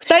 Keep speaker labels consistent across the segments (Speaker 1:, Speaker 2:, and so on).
Speaker 1: 二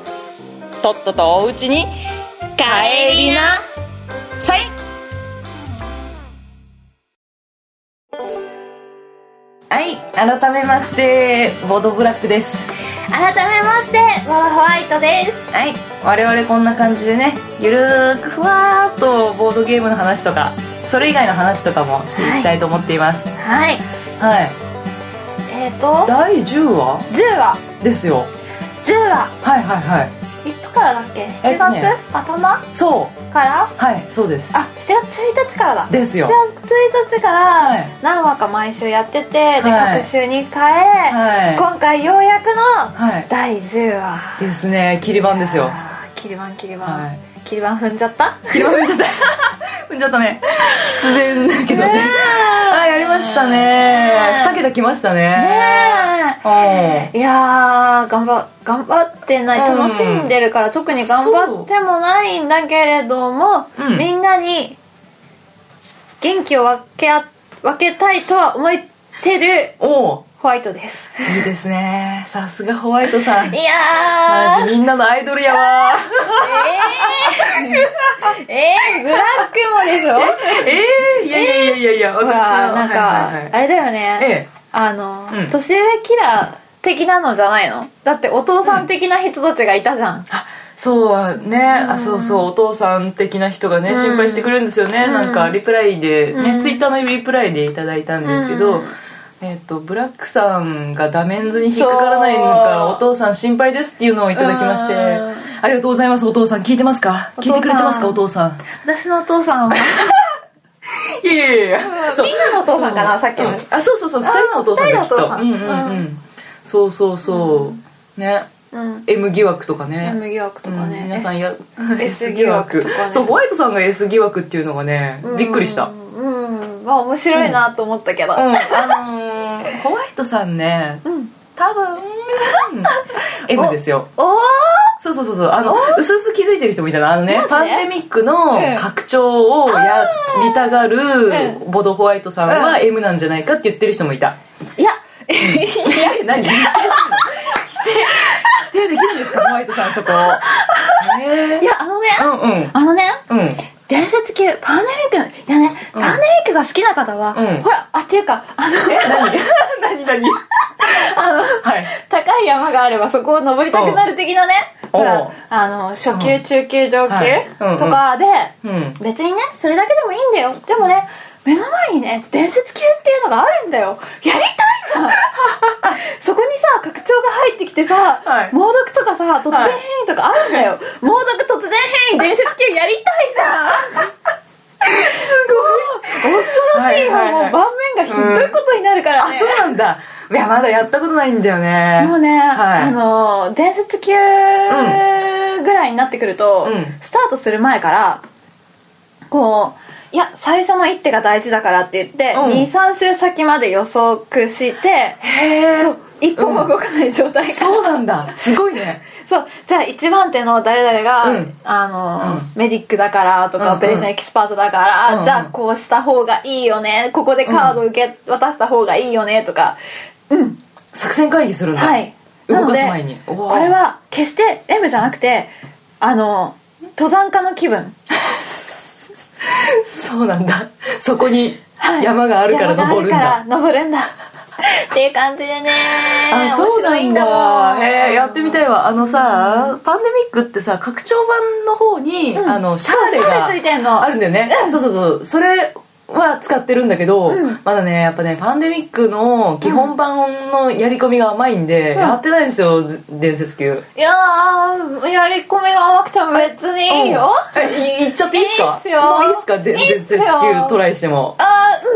Speaker 1: とっととおうちに帰りなさいはい改めましてボードブラックです
Speaker 2: 改めましてボドホワイトです
Speaker 1: はい我々こんな感じでねゆるーくふわーっとボードゲームの話とかそれ以外の話とかもしていきたいと思っています
Speaker 2: はい
Speaker 1: はい、
Speaker 2: えっ、ー、と
Speaker 1: 第10話
Speaker 2: 10話
Speaker 1: ですよ
Speaker 2: 10話
Speaker 1: はいはいはい
Speaker 2: いつからだっけ
Speaker 1: えっ
Speaker 2: 7
Speaker 1: と
Speaker 2: 月、
Speaker 1: ね
Speaker 2: 頭
Speaker 1: そう
Speaker 2: から
Speaker 1: はいそうです
Speaker 2: あ7月1日からだ7
Speaker 1: ですよ
Speaker 2: 月1日から
Speaker 1: はい
Speaker 2: 何話か毎週やってて、で
Speaker 1: はい
Speaker 2: 各週に変え、
Speaker 1: はい
Speaker 2: 今回ようやくの
Speaker 1: はい
Speaker 2: 第10話
Speaker 1: ですね切り板ですよ
Speaker 2: あー切り板切り板、
Speaker 1: はい
Speaker 2: 切り板踏んじ ゃった
Speaker 1: 切り板踏んじゃった踏んじゃったね必然だけどね
Speaker 2: ねえ
Speaker 1: はいやりましたね二桁来ましたね
Speaker 2: ねえいやー頑張頑張ってない
Speaker 1: うん
Speaker 2: 楽しんでるから、特に頑張ってもないんだけれども、
Speaker 1: うん
Speaker 2: みんなに元気を分けあ分けたいとは思ってる
Speaker 1: おお
Speaker 2: ホワイトです
Speaker 1: ういいですねさすがホワイトさん
Speaker 2: いや
Speaker 1: マ
Speaker 2: ー
Speaker 1: ジみんなのアイドルやわ
Speaker 2: えー、えー、ブラックもでしょ
Speaker 1: えー、いやいやいやい や
Speaker 2: ほ
Speaker 1: 私
Speaker 2: ら
Speaker 1: は
Speaker 2: なんか、
Speaker 1: はいはいは
Speaker 2: あ
Speaker 1: い
Speaker 2: れだよね、
Speaker 1: ええ
Speaker 2: あの、
Speaker 1: うん
Speaker 2: 年上キラー的なのじゃないのだってお父さん的な人たちがいたじゃん、
Speaker 1: あそうはね、あそうそうお父さん的な人がね、
Speaker 2: うん
Speaker 1: 心配してくれるんですよね、
Speaker 2: うん
Speaker 1: なんかリプライでね、
Speaker 2: うん
Speaker 1: ツイッターのリプライでいただいたんですけど、
Speaker 2: うん
Speaker 1: えっとブラックさんがダメンズに引っかからないの
Speaker 2: そう
Speaker 1: かお父さん心配ですっていうのをいただきまして、
Speaker 2: うん
Speaker 1: ありがとうございますお父さん聞いてますか
Speaker 2: お
Speaker 1: 聞
Speaker 2: 父さん
Speaker 1: いてくれてますかお父さん
Speaker 2: 私のお父さんは
Speaker 1: いやいやいやそう
Speaker 2: みんなのお父さんかな
Speaker 1: そう
Speaker 2: さっきの
Speaker 1: あそうそうそう2人のお父さんだ
Speaker 2: 二
Speaker 1: きっ
Speaker 2: 人のお父さ
Speaker 1: と
Speaker 2: ん
Speaker 1: うんうんうん、
Speaker 2: う
Speaker 1: そうそうそう、ね
Speaker 2: うん、
Speaker 1: M 疑惑とかね
Speaker 2: 疑惑とかね、
Speaker 1: うん皆さんや
Speaker 2: S 疑惑とかね
Speaker 1: そうホワイトさんが S 疑惑っていうのがね
Speaker 2: うん
Speaker 1: びっくりした、うん
Speaker 2: うん、まあ面白いなと思ったけど、
Speaker 1: あの ーホワイトさんね
Speaker 2: うん
Speaker 1: 多分 M ですよ
Speaker 2: おお
Speaker 1: そうそうそうそうあのうすうす気づいてる人もいたなあのね
Speaker 2: マジ
Speaker 1: パンデミックの
Speaker 2: うん
Speaker 1: 拡張をやりたがる
Speaker 2: う
Speaker 1: ボドホワイトさんは
Speaker 2: う
Speaker 1: M なんじゃないかって言ってる人もいた、
Speaker 2: いや
Speaker 1: え何否定するの否定否定できるんですかホワイトさんそこえ
Speaker 2: いやあのね
Speaker 1: うんうん
Speaker 2: あのね
Speaker 1: うん
Speaker 2: 伝説系パンデミックいやね、
Speaker 1: うん
Speaker 2: パンデミックが好きな方は、
Speaker 1: うん
Speaker 2: ほらあっていうかあの
Speaker 1: え 何何何
Speaker 2: あの
Speaker 1: はい
Speaker 2: 高い山があればそこを登りたくなる的なね
Speaker 1: うん
Speaker 2: ほ
Speaker 1: おう
Speaker 2: らあの初級
Speaker 1: うん
Speaker 2: 中級上級
Speaker 1: はいうんうん
Speaker 2: とかで
Speaker 1: うん
Speaker 2: 別にねそれだけでもいいんだよでもね目の前にね伝説系っていうのがあるんだよやりたい じゃんそこにさ拡張が入ってきてさ、
Speaker 1: はい
Speaker 2: 猛毒とかさ突然変異とかあるんだよ、猛毒突然変異伝説系やりたいじ ゃんすごい恐ろしいよ、
Speaker 1: はいはいはい
Speaker 2: もう盤面がひどいことになるから
Speaker 1: あ
Speaker 2: ね、
Speaker 1: そうなんだいやまだやったことないんだよね
Speaker 2: もうね、
Speaker 1: はい、
Speaker 2: あの伝説級ぐらいになってくると、
Speaker 1: うん
Speaker 2: スタートする前からこういや最初の一手が大事だからって言って、
Speaker 1: うん
Speaker 2: 23週先まで予測して
Speaker 1: へえ
Speaker 2: そう一歩も動かない状態から、
Speaker 1: そうなんだすごいね
Speaker 2: そうじゃあ1番手の誰々が、
Speaker 1: うん
Speaker 2: あの
Speaker 1: うん
Speaker 2: メディックだからとか、
Speaker 1: うんうん
Speaker 2: オペレーションエキスパートだから、
Speaker 1: うん
Speaker 2: じゃあこうした方がいいよねここでカード受け渡した方がいいよねとかうん
Speaker 1: 作戦会議するんだ
Speaker 2: はい、
Speaker 1: 動
Speaker 2: なの
Speaker 1: かす
Speaker 2: で
Speaker 1: 前におー
Speaker 2: これは決して M じゃなくてあの登山家の気分
Speaker 1: そうなんだそこに
Speaker 2: はい
Speaker 1: 山があるから
Speaker 2: 山があ
Speaker 1: 登るんだ、
Speaker 2: から登るんだっていう感じでね
Speaker 1: あそうな
Speaker 2: 面白い
Speaker 1: んだ
Speaker 2: もん
Speaker 1: へえやってみたいわあのさ、パンデミックってさ拡張版の方に、
Speaker 2: うん
Speaker 1: あのシャーレ
Speaker 2: そうシャ
Speaker 1: が
Speaker 2: ーレついてんの
Speaker 1: あるんだよね、そうそうそうそれは使ってるんだけど、
Speaker 2: うん
Speaker 1: まだねやっぱねパンデミックの基本版のやり込みが甘いんで、
Speaker 2: うん
Speaker 1: やってないんですよず伝説級
Speaker 2: いやーやり込みが甘くても別にいいよ
Speaker 1: うんえいいっちゃっていいっすか
Speaker 2: いいっすよ
Speaker 1: もういいっすかで
Speaker 2: いい
Speaker 1: 伝
Speaker 2: っす
Speaker 1: 説
Speaker 2: よ
Speaker 1: 級トライしても
Speaker 2: あ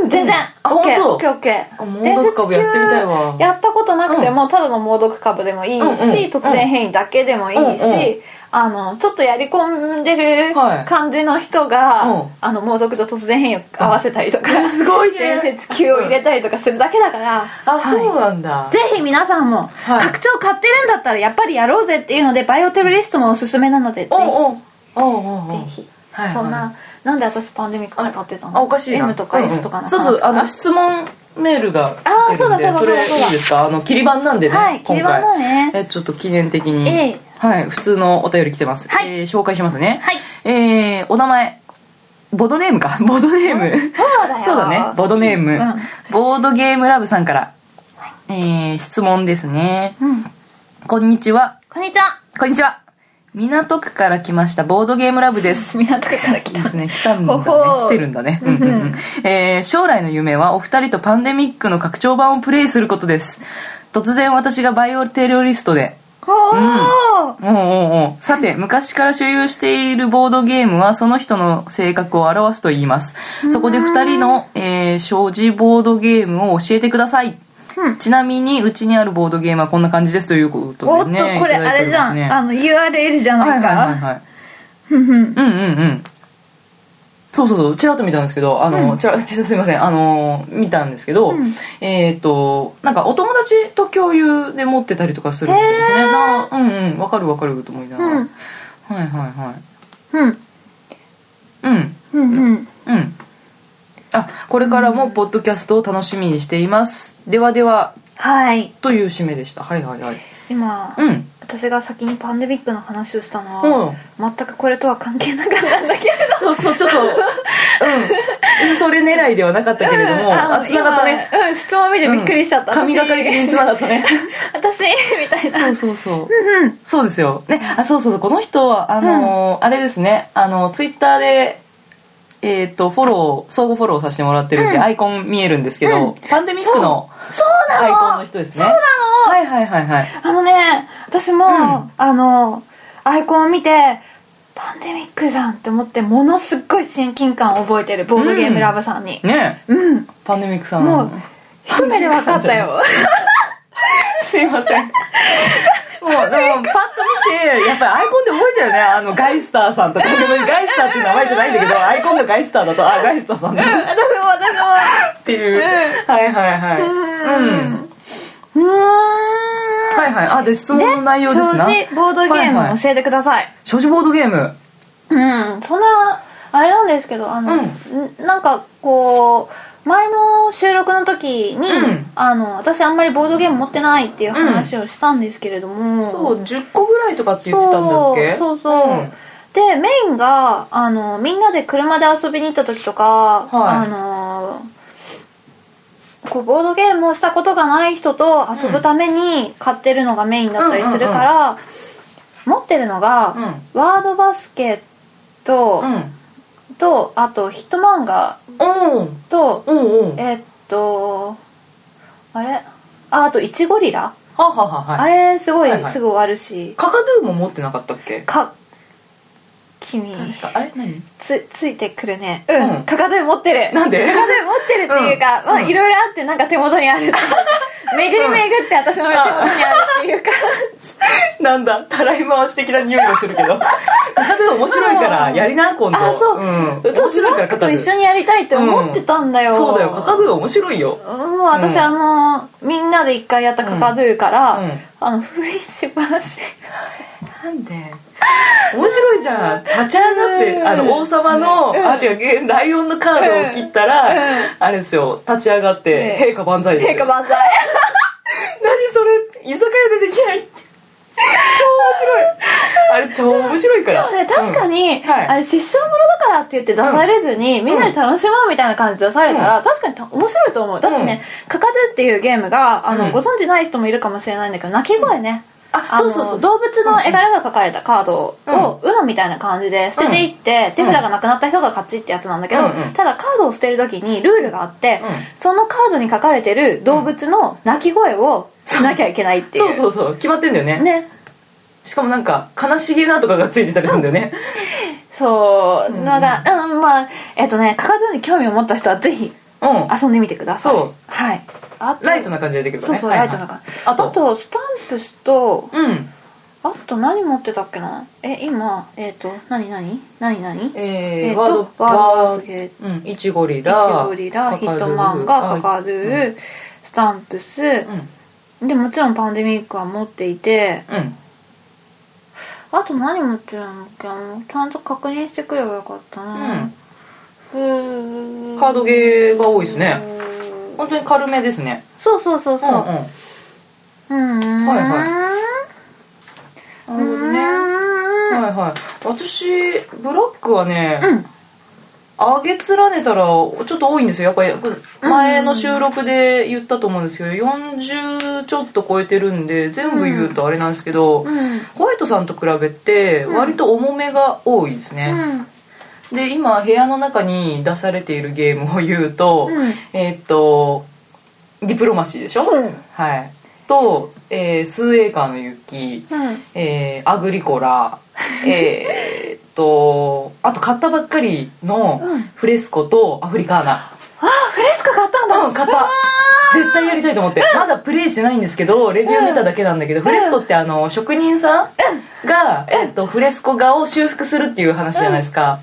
Speaker 2: ーうん全然
Speaker 1: うんあ
Speaker 2: OKOKOK、
Speaker 1: 本当
Speaker 2: OK OK
Speaker 1: あ
Speaker 2: OK
Speaker 1: 猛毒株やってみたいわ
Speaker 2: 伝説級やったことなくても、ただの猛毒株でもいいし、
Speaker 1: うんうん
Speaker 2: 突然変異だけでもいいし、
Speaker 1: うんうん
Speaker 2: あのちょっとやり込んでる
Speaker 1: はい
Speaker 2: 感じの人が、
Speaker 1: うん
Speaker 2: あの猛毒と突然変異を合わせたりとか、
Speaker 1: うんすごいね
Speaker 2: 伝説級を入れたりとかするだけだから、
Speaker 1: あ、
Speaker 2: はい
Speaker 1: そうなんだ
Speaker 2: ぜひ皆さんも、
Speaker 1: はい
Speaker 2: 拡張買ってるんだったらやっぱりやろうぜっていうのでバイオテロリストもおすすめなのでぜ
Speaker 1: お
Speaker 2: ひ
Speaker 1: うおうおうおうおう
Speaker 2: ぜひ、
Speaker 1: はい
Speaker 2: そんななんで私パンデミック語ってたの
Speaker 1: あおかしいな
Speaker 2: M とか
Speaker 1: うん
Speaker 2: S とかの話
Speaker 1: そうそう
Speaker 2: か
Speaker 1: あ
Speaker 2: な
Speaker 1: の質問メールが
Speaker 2: あ
Speaker 1: 来
Speaker 2: ー
Speaker 1: てるんで
Speaker 2: そうだそうだ
Speaker 1: れ
Speaker 2: そうだそうだ
Speaker 1: いいですかあの切り版なんでね、
Speaker 2: はい切り版だね
Speaker 1: 今回えちょっと記念的に、
Speaker 2: ええ
Speaker 1: はい普通のお便り来てます、
Speaker 2: はい
Speaker 1: えー紹介しますね
Speaker 2: はい
Speaker 1: えーお名前ボードネームか ボードネーム、
Speaker 2: そうだ よ
Speaker 1: そうだねボードネーム、
Speaker 2: うん
Speaker 1: ボードゲームラブさんから、えー質問ですね
Speaker 2: うん
Speaker 1: こんにちは
Speaker 2: こんにちは
Speaker 1: こんにちは港区から来ましたボードゲームラブです
Speaker 2: 港区から来
Speaker 1: いい
Speaker 2: た
Speaker 1: ですね来たんだね
Speaker 2: ほほー
Speaker 1: 来てるんだね、
Speaker 2: うん
Speaker 1: うんうんうんえー将来の夢はお二人とパンデミックの拡張版をプレイすることです突然私がバイオテロリストで
Speaker 2: おお、
Speaker 1: おうおうおうさて昔から所有しているボードゲームはその人の性格を表すと言いますそこで2人の、えー所持ボードゲームを教えてください
Speaker 2: うん
Speaker 1: ちなみにうちにあるボードゲームはこんな感じですということでね
Speaker 2: おっとこれ
Speaker 1: いただ
Speaker 2: あ
Speaker 1: いてお
Speaker 2: れ
Speaker 1: り
Speaker 2: じ
Speaker 1: ま
Speaker 2: ゃ
Speaker 1: す
Speaker 2: ん、
Speaker 1: ね
Speaker 2: あの URL じゃないか、
Speaker 1: はいはいはいはい
Speaker 2: ふんふん
Speaker 1: うんうんうんそうそうそうちらっと見たんですけどあの、
Speaker 2: うん
Speaker 1: ちら ちらすいませんあの見たんですけど、
Speaker 2: うん
Speaker 1: えっ、となんかお友達と共有で持ってたりとかするんですね、
Speaker 2: へー
Speaker 1: なうんうんわかるわかると思いながら、
Speaker 2: うん
Speaker 1: はいはいは
Speaker 2: うん
Speaker 1: いうん
Speaker 2: うんうん
Speaker 1: うんあこれからもポッドキャストを楽しみにしています、ではでは
Speaker 2: はい
Speaker 1: という締めでしたはいはいはい
Speaker 2: 今、
Speaker 1: うん
Speaker 2: 私が先にパンデミックの話をしたの
Speaker 1: う
Speaker 2: は
Speaker 1: ん、
Speaker 2: 全くこれとは関係なかったんだけ
Speaker 1: そう そうちょっとうんそれ狙いではなかったけれど
Speaker 2: ど
Speaker 1: も あつながったね
Speaker 2: 今うん質問見てびっくりしちゃった、
Speaker 1: 神がかり的につながった ね
Speaker 2: 私私みたいな
Speaker 1: そうそうそう
Speaker 2: うんうん
Speaker 1: そうですよねあそうそうそうこの人はあのーあれですねあのツイッターでえっ、とフォロー相互フォローさせてもらってるんで、
Speaker 2: うん
Speaker 1: アイコン見えるんですけど、
Speaker 2: うん
Speaker 1: パンデミックの
Speaker 2: そうなの
Speaker 1: アイコンの人ですね
Speaker 2: そうなの
Speaker 1: はいはいはいはい
Speaker 2: あのね私も、
Speaker 1: ん
Speaker 2: あのアイコンを見てパンデミックじゃんって思ってものすっごい親近感を覚えてるボードゲームラブさんに
Speaker 1: ねえ
Speaker 2: うん、
Speaker 1: パンデミックさん
Speaker 2: もう一目で分かったよ
Speaker 1: すいませ んもうでもパッと見てやっぱりアイコンで覚えちゃうよねあのガイスターさんとかでもガイスターっていう名前じゃないんだけどアイコンがガイスターだとあガイスターさんだ
Speaker 2: 私も私も
Speaker 1: っていう、はいはいはいうん
Speaker 2: うーん
Speaker 1: はいはいあで質問の内容ですな
Speaker 2: でボードゲー
Speaker 1: はい
Speaker 2: ム
Speaker 1: は
Speaker 2: を
Speaker 1: い
Speaker 2: 教えてください、
Speaker 1: 少女ボードゲーム
Speaker 2: うんそんなあれなんですけどあの、んなんかこう前の収録の時に、
Speaker 1: うん
Speaker 2: あの私あんまりボードゲーム持ってないっていう話をしたんですけれども、
Speaker 1: そう10個ぐらいとかって言ってたんだっけ
Speaker 2: そうそうそう、
Speaker 1: ん
Speaker 2: でメインがあのみんなで車で遊びに行った時とか、
Speaker 1: はい
Speaker 2: あのこうボードゲームをしたことがない人と遊ぶために買ってるのがメインだったりするから、持ってるのが、ワードバスケット
Speaker 1: うん、
Speaker 2: とあとヒット漫画
Speaker 1: うん
Speaker 2: と、
Speaker 1: おうんうんは
Speaker 2: えっとあれああとイチゴリラ、
Speaker 1: はは
Speaker 2: あ
Speaker 1: はい
Speaker 2: れすごい、
Speaker 1: はいはい
Speaker 2: すぐ終わるし
Speaker 1: カカドゥも持ってなかったっけ
Speaker 2: か君
Speaker 1: 確かえ何
Speaker 2: つついてくるね
Speaker 1: うん
Speaker 2: うんかかとで持ってる
Speaker 1: なんで
Speaker 2: かかとで持ってるっていうか、
Speaker 1: うん
Speaker 2: まあ
Speaker 1: うん
Speaker 2: いろいろあってなんか手元にあるっていうか巡り巡って私の手元にあるっていうか
Speaker 1: なんだたらい回し的な匂いがするけ どカカドゥ面白いからやりな今度
Speaker 2: あそう
Speaker 1: うん、
Speaker 2: ちょ
Speaker 1: 面
Speaker 2: っと
Speaker 1: 白い
Speaker 2: ロ
Speaker 1: か
Speaker 2: ッ
Speaker 1: らカ
Speaker 2: クと
Speaker 1: カドゥ
Speaker 2: 一緒にやりたいって思ってたんだよ、
Speaker 1: そうだよカカドゥ面白いよ
Speaker 2: もう私、
Speaker 1: うん
Speaker 2: あのみんなで一回やったカカドゥから、
Speaker 1: うんうん
Speaker 2: あの封印しっぱなし
Speaker 1: なんで面白いじゃん立ち上がってあの王様のあ違うゲライオンのカードを切ったらあれですよ立ち上がって
Speaker 2: うん
Speaker 1: 陛下万歳です
Speaker 2: 陛
Speaker 1: よ
Speaker 2: 下万歳
Speaker 1: 何それ居酒屋でできないって超面白いあれ超面白いから
Speaker 2: で確かに、
Speaker 1: うんはい
Speaker 2: あれ失笑ものだからって言って出されずに、みんなで楽しもうみたいな感じで出されたら、確かにた面白いと思うだってね「カカドゥ」っていうゲームがあの、
Speaker 1: うん
Speaker 2: ご存知ない人もいるかもしれないんだけど鳴き声ね、
Speaker 1: あ
Speaker 2: あ
Speaker 1: そ
Speaker 2: の
Speaker 1: うそうそう
Speaker 2: 動物の絵柄が描かれたカードを、うのみたいな感じで捨てていって、手札がなくなった人が勝ちってやつなんだけど、
Speaker 1: うんうん
Speaker 2: ただカードを捨てる時にルールがあって、
Speaker 1: うん
Speaker 2: そのカードに描かれてる動物の鳴き声をしなきゃいけないっていう
Speaker 1: そうそうそう決まってんだよね
Speaker 2: ね
Speaker 1: しかもなんか悲しげなとかがついてたりするんだよね
Speaker 2: そう
Speaker 1: うん
Speaker 2: のが、うんまあえっとねかかずに興味を持った人はぜひ
Speaker 1: うん
Speaker 2: 遊んでみてください
Speaker 1: そう
Speaker 2: はいあと
Speaker 1: ライトな感じでできる
Speaker 2: そうそう、
Speaker 1: はいは
Speaker 2: ラ
Speaker 1: い
Speaker 2: イトな感じ
Speaker 1: あ
Speaker 2: あ
Speaker 1: と
Speaker 2: とスタンプスと
Speaker 1: うん
Speaker 2: あと何持ってたっけなえ今えっ、と何何何何
Speaker 1: えー、
Speaker 2: えーと
Speaker 1: ワード
Speaker 2: ワード
Speaker 1: ワ
Speaker 2: バスケ
Speaker 1: ーうん、イチゴリ
Speaker 2: イチ
Speaker 1: ラ
Speaker 2: ゴリラ
Speaker 1: カ
Speaker 2: ヒ
Speaker 1: カル
Speaker 2: ットマンガカカド
Speaker 1: あ
Speaker 2: ゥスタンプスでもちろんパンデミックは持っていて
Speaker 1: うん、うん、
Speaker 2: あと何持ってるのっけなちゃんと確認してくればよかったな、うーん
Speaker 1: カードゲーが多いですね
Speaker 2: うーん
Speaker 1: 本当に軽めですね
Speaker 2: そうそうそうそううんうーん
Speaker 1: はい
Speaker 2: う
Speaker 1: うんなるほどね
Speaker 2: ーん
Speaker 1: はいはい私ブラックはね、
Speaker 2: うん
Speaker 1: 上げ連ねたらちょっと多いんですよやっぱりこれ前の収録で言ったと思うんですけど40ちょっと超えてるんで全部言うとあれなんですけど、
Speaker 2: うん
Speaker 1: ホワイトさんと比べて
Speaker 2: うん
Speaker 1: 割と重めが多いですね、
Speaker 2: うん
Speaker 1: で今部屋の中に出されているゲームを言うと、
Speaker 2: うん
Speaker 1: えーっとディプロマシーでしょ、
Speaker 2: うん
Speaker 1: はいと、えー、スーエーカーの雪、
Speaker 2: うん
Speaker 1: えーアグリコ ラえーっとあと買ったばっかりの
Speaker 2: うん
Speaker 1: フレスコとアフリカーナ
Speaker 2: あフレスカ買ったんだ
Speaker 1: うん買った絶対やりたいと思ってまだプレイしてないんですけどレビュー見ただけなんだけどフレスコってあの職人さんが、えっと、フレスコ画を修復するっていう話じゃないですか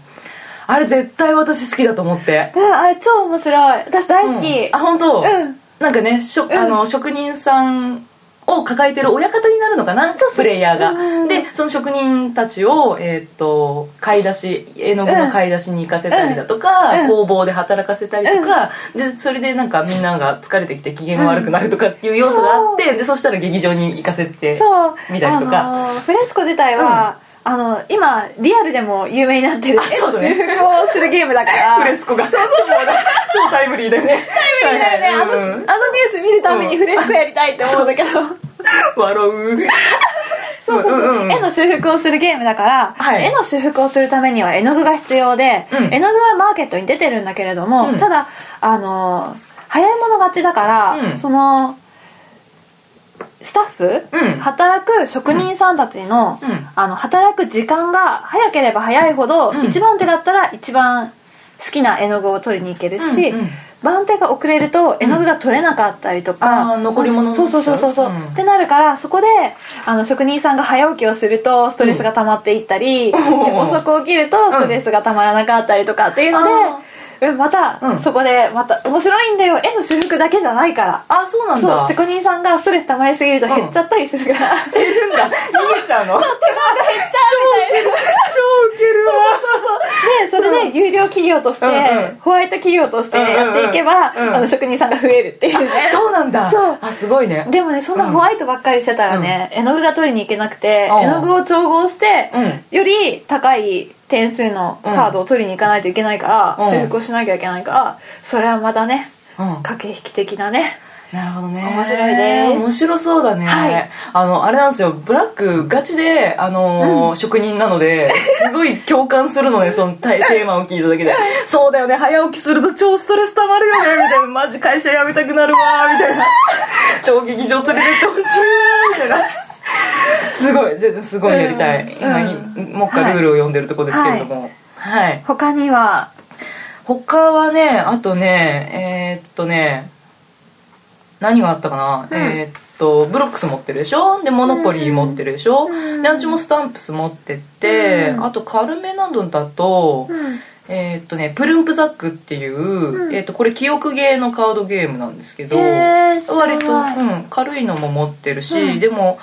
Speaker 1: あれ絶対私好きだと思って
Speaker 2: うんあれ超面白い私大好き、
Speaker 1: うんあ本当。
Speaker 2: うん
Speaker 1: なんかねしょ、
Speaker 2: ん
Speaker 1: あの職人さんを抱えてる親方になるのかなプレイヤーが、
Speaker 2: うん
Speaker 1: でその職人たちを、えー、と買い出し絵の具の買い出しに行かせたりだとか、
Speaker 2: うん
Speaker 1: 工房で働かせたりとか、でそれでなんかみんなが疲れてきて機嫌が悪くなるとかっていう要素があって、でそしたら劇場に行かせて
Speaker 2: そう
Speaker 1: 見たりとか
Speaker 2: あのフレスコ自体は、あの今リアルでも有名になってる
Speaker 1: あそうだね
Speaker 2: 絵の修復をするゲームだから
Speaker 1: フレスコが超超タイムリーだよねタイムリー
Speaker 2: だよねあのあのニュース見るためにフレスコやりたいって思うんだけど、
Speaker 1: 笑う
Speaker 2: そうそうそう、
Speaker 1: うんうんうん
Speaker 2: 絵の修復をするゲームだから、
Speaker 1: はい
Speaker 2: 絵の修復をするためには絵の具が必要で、
Speaker 1: うん
Speaker 2: 絵の具はマーケットに出てるんだけれども、
Speaker 1: うん
Speaker 2: ただあの早い者勝ちだから、
Speaker 1: うん
Speaker 2: そのスタッフ、
Speaker 1: うん
Speaker 2: 働く職人さんたちの,、
Speaker 1: うん
Speaker 2: あの働く時間が早ければ早いほど、
Speaker 1: うん
Speaker 2: 一番手だったら一番好きな絵の具を取りに行けるし、
Speaker 1: うんうん
Speaker 2: 番手が遅れると絵の具が取れなかったりとか、
Speaker 1: あー残り物になっちゃ
Speaker 2: そううそうそうそうそう、
Speaker 1: うん
Speaker 2: ってなるからそこであの職人さんが早起きをするとストレスが溜まっていったり、で
Speaker 1: おー
Speaker 2: 遅く起きるとストレスが溜まらなかったりとかっていうので
Speaker 1: あ、
Speaker 2: うんまた、
Speaker 1: うん
Speaker 2: そこでまた面白いんだよ絵の修復だけじゃないから
Speaker 1: あそうなん
Speaker 2: そ
Speaker 1: だ
Speaker 2: う職人さんがストレス溜まりすぎると減っちゃったりするから、減っ
Speaker 1: 減るんだ逃げちゃうの
Speaker 2: ちゃうみたいな
Speaker 1: 超ウケるわ
Speaker 2: でそれで有料企業として、
Speaker 1: うんうん
Speaker 2: ホワイト企業としてやっていけば、
Speaker 1: うんうんうん
Speaker 2: あの職人さんが増えるっていうね
Speaker 1: そうなんだ
Speaker 2: そう
Speaker 1: あすごいね
Speaker 2: でもねそんなホワイトばっかりしてたらね、絵の具が取りに行けなくて、
Speaker 1: うん
Speaker 2: 絵の具を調合して、
Speaker 1: う
Speaker 2: より高い点数のカードを取りに行かないといけないから、
Speaker 1: うん
Speaker 2: 修復をしなきゃいけないからそれはまたね
Speaker 1: うん
Speaker 2: 駆け引き的なね
Speaker 1: なるほどね
Speaker 2: 面白いです
Speaker 1: 面白そうだね、
Speaker 2: はい
Speaker 1: あのあれなんですよブラックガチで、あのー職人なのですごい共感するのね そのテテーマを聞いただけで「そうだよね早起きすると超ストレスたまるよね」みたいな「マジ会社辞めたくなるわ」みたい な「超劇場連れてってほしいわ」みたいな。すごい全然すごいやりたい、
Speaker 2: うん
Speaker 1: 今
Speaker 2: うん
Speaker 1: もっかルールを読んでるとこですけれどもはい
Speaker 2: 他には
Speaker 1: 他はねあとねえーっとね何があったかな、
Speaker 2: うん
Speaker 1: えーっとブロックス持ってるでしょでモノポリー持ってるでしょ、
Speaker 2: うん
Speaker 1: で私もスタンプス持ってて、
Speaker 2: うん
Speaker 1: あとカルメなどだと、えーっとねプルンプザックっていう、
Speaker 2: ん
Speaker 1: えーっとこれ記憶ゲーのカードゲームなんですけど
Speaker 2: へー知らない
Speaker 1: 割と、うん、軽いのも持ってるし、
Speaker 2: うん
Speaker 1: でも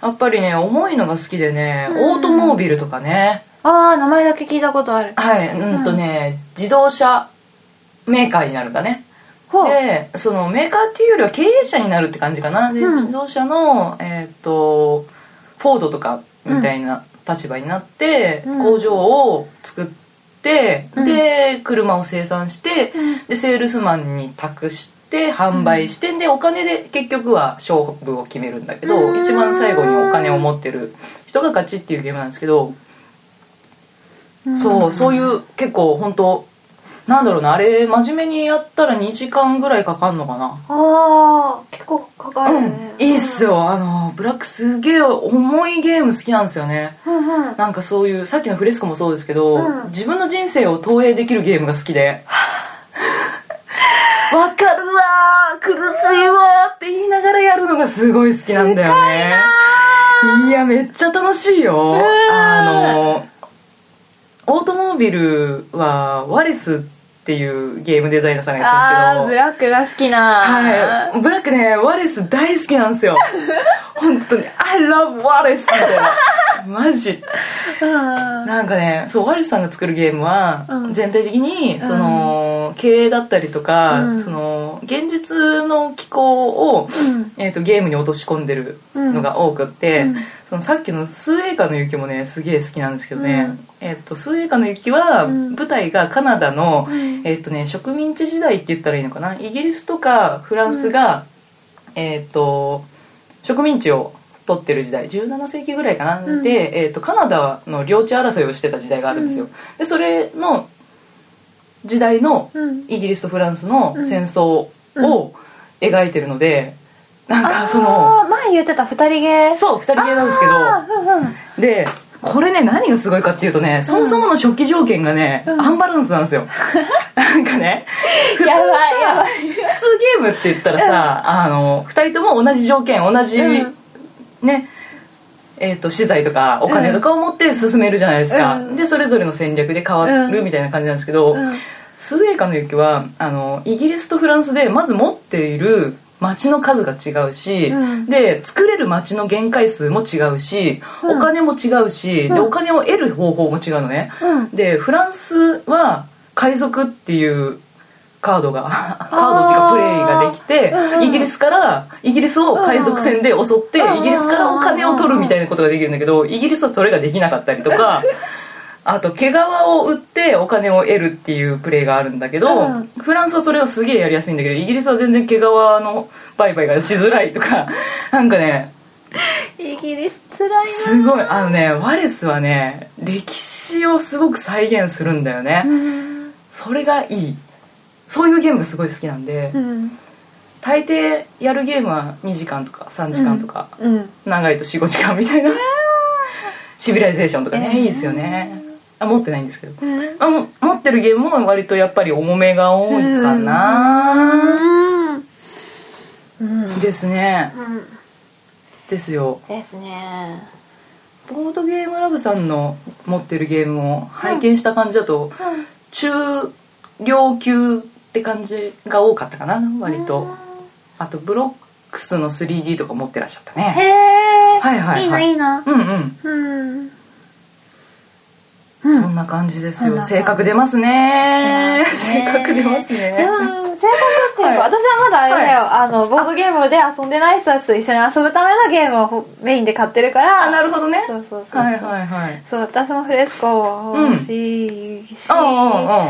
Speaker 1: やっぱりね重いのが好きでね、
Speaker 2: うん
Speaker 1: オートモービルとかね
Speaker 2: ああ名前だけ聞いたことある
Speaker 1: はい、うんとね、自動車メーカーになるんだね
Speaker 2: ほう
Speaker 1: でそのメーカーっていうよりは経営者になるって感じかなで、
Speaker 2: うん
Speaker 1: 自動車の、えー、とフォードとかみたいな立場になって、
Speaker 2: うん
Speaker 1: 工場を作って、
Speaker 2: うん
Speaker 1: で車を生産して、
Speaker 2: うん
Speaker 1: でセールスマンに託して販売して、でお金で結局は勝負を決めるんだけど、
Speaker 2: うん
Speaker 1: 一番最後にお金を持ってる人が勝ちっていうゲームなんですけど、そうそういう結構本当なんだろうなあれ真面目にやったら2時間ぐらいかかんのかな
Speaker 2: ああ結構かかるね、
Speaker 1: いいっすよあのブラックすげえ重いゲーム好きなんですよね
Speaker 2: うんうんうん
Speaker 1: なんかそういうさっきのフレスコもそうですけど、
Speaker 2: うん
Speaker 1: 自分の人生を投影できるゲームが好き でわかるわー苦しいわーって言いながらやるのがすごい好きなんだよねいやめっちゃ助楽しいよ、
Speaker 2: ねえ
Speaker 1: あのオートモービルはワレスっていうゲームデザイナーさんがやっ
Speaker 2: あ
Speaker 1: てる
Speaker 2: あ
Speaker 1: んです
Speaker 2: ブ
Speaker 1: けど
Speaker 2: ラックが好きな
Speaker 1: はい、ブラックねワレス大好きなん ですよ本当に「I love ワレス」みたいなマジ
Speaker 2: うん
Speaker 1: なんかねそうワレスさんが作るゲームは、
Speaker 2: うん
Speaker 1: 全体的にその、経営だったりとか、
Speaker 2: うん
Speaker 1: その現実の機構を、
Speaker 2: うん
Speaker 1: えー、とゲームに落とし込んでるのが多くって、
Speaker 2: うん
Speaker 1: そのさっきの「数英歌の雪」もねすげえ好きなんですけどね、
Speaker 2: うん
Speaker 1: えっと数英歌の雪は
Speaker 2: うん
Speaker 1: 舞台がカナダの、
Speaker 2: うん
Speaker 1: えっとね、植民地時代って言ったらいいのかなイギリスとかフランスが、えっと植民地を取ってる時代17世紀ぐらいかな、
Speaker 2: うん
Speaker 1: で、えっとカナダの領地争いをしてた時代があるんですよ。
Speaker 2: うん
Speaker 1: でそれの時代の
Speaker 2: うん
Speaker 1: イギリスとフランスの戦争を描いてるので、なん
Speaker 2: あ
Speaker 1: かその
Speaker 2: ー前言ってた二人芸
Speaker 1: そう2人系なんですけ
Speaker 2: あ
Speaker 1: ど
Speaker 2: ーうんうん
Speaker 1: でこれね何がすごいかっていうとねそもそもの初期条件がね、
Speaker 2: うん
Speaker 1: アンバランスなん ですよなんかね普通さ
Speaker 2: やばいやばい
Speaker 1: 普通ゲームって言ったらさ、あの2人とも同じ条件同じ、
Speaker 2: うん
Speaker 1: ねえー、と資材とかお金とかを持って進めるじゃないですか、
Speaker 2: うん
Speaker 1: でそれぞれの戦略で変わるみたいな感じなんですけど、
Speaker 2: うん
Speaker 1: スウェーカの雪はあのイギリスとフランスでまず持っている町の数が違うし、
Speaker 2: うん
Speaker 1: で作れる町の限界数も違うし、
Speaker 2: うん
Speaker 1: お金も違うし、
Speaker 2: うん
Speaker 1: でお金を得る方法も違うのね、
Speaker 2: うん
Speaker 1: でフランスは海賊っていうカードがカードっていうかプレイができて、
Speaker 2: うんうん
Speaker 1: イギリスからイギリスを海賊船で襲って、
Speaker 2: うんうん
Speaker 1: イギリスからお金を取るみたいなことができるんだけどイギリスはそれができなかったりと かあと毛皮を売ってお金を得るっていうプレイがあるんだけど、
Speaker 2: うん
Speaker 1: フランスはそれはすげえやりやすいんだけどイギリスは全然毛皮の売買がしづらいとか なんかね
Speaker 2: イギリス辛いな
Speaker 1: すごいあのねワレスはね歴史をすごく再現するんだよね。
Speaker 2: うん
Speaker 1: それがいいそういうゲームがすごい好きなんで、
Speaker 2: うん
Speaker 1: 大抵やるゲームは2時間とか3時間とか、
Speaker 2: うん
Speaker 1: 長いと45時間みたいな、シビライゼーションとかね、
Speaker 2: えー
Speaker 1: いいですよねあ持ってないんですけど
Speaker 2: うん
Speaker 1: あも持ってるゲームも割とやっぱり重めが多いかな、
Speaker 2: うん
Speaker 1: ですね
Speaker 2: うん
Speaker 1: ですよ
Speaker 2: ですね
Speaker 1: ボードゲームラブさんの持ってるゲームを拝見した感じだと、中量級って感じが多かったかな割と。あとブロックスの 3D とか持ってらっしゃった
Speaker 2: へ
Speaker 1: ね
Speaker 2: え
Speaker 1: はいはいはい
Speaker 2: いないいな
Speaker 1: うんうん、
Speaker 2: うん
Speaker 1: そんな感じです
Speaker 2: そん
Speaker 1: よ
Speaker 2: な感じ
Speaker 1: 性格出ますね
Speaker 2: 性
Speaker 1: 性格出ます
Speaker 2: でも
Speaker 1: ね
Speaker 2: 性格っていうか、
Speaker 1: はい
Speaker 2: 私はまだあれだよ、あのボードゲームで遊んでない人たちと一緒に遊ぶためのゲームをほメインで買ってるから
Speaker 1: あなるほどね
Speaker 2: そうそうそうそう、
Speaker 1: はいはいはい
Speaker 2: そう私もフレスコ欲しいし、う
Speaker 1: あ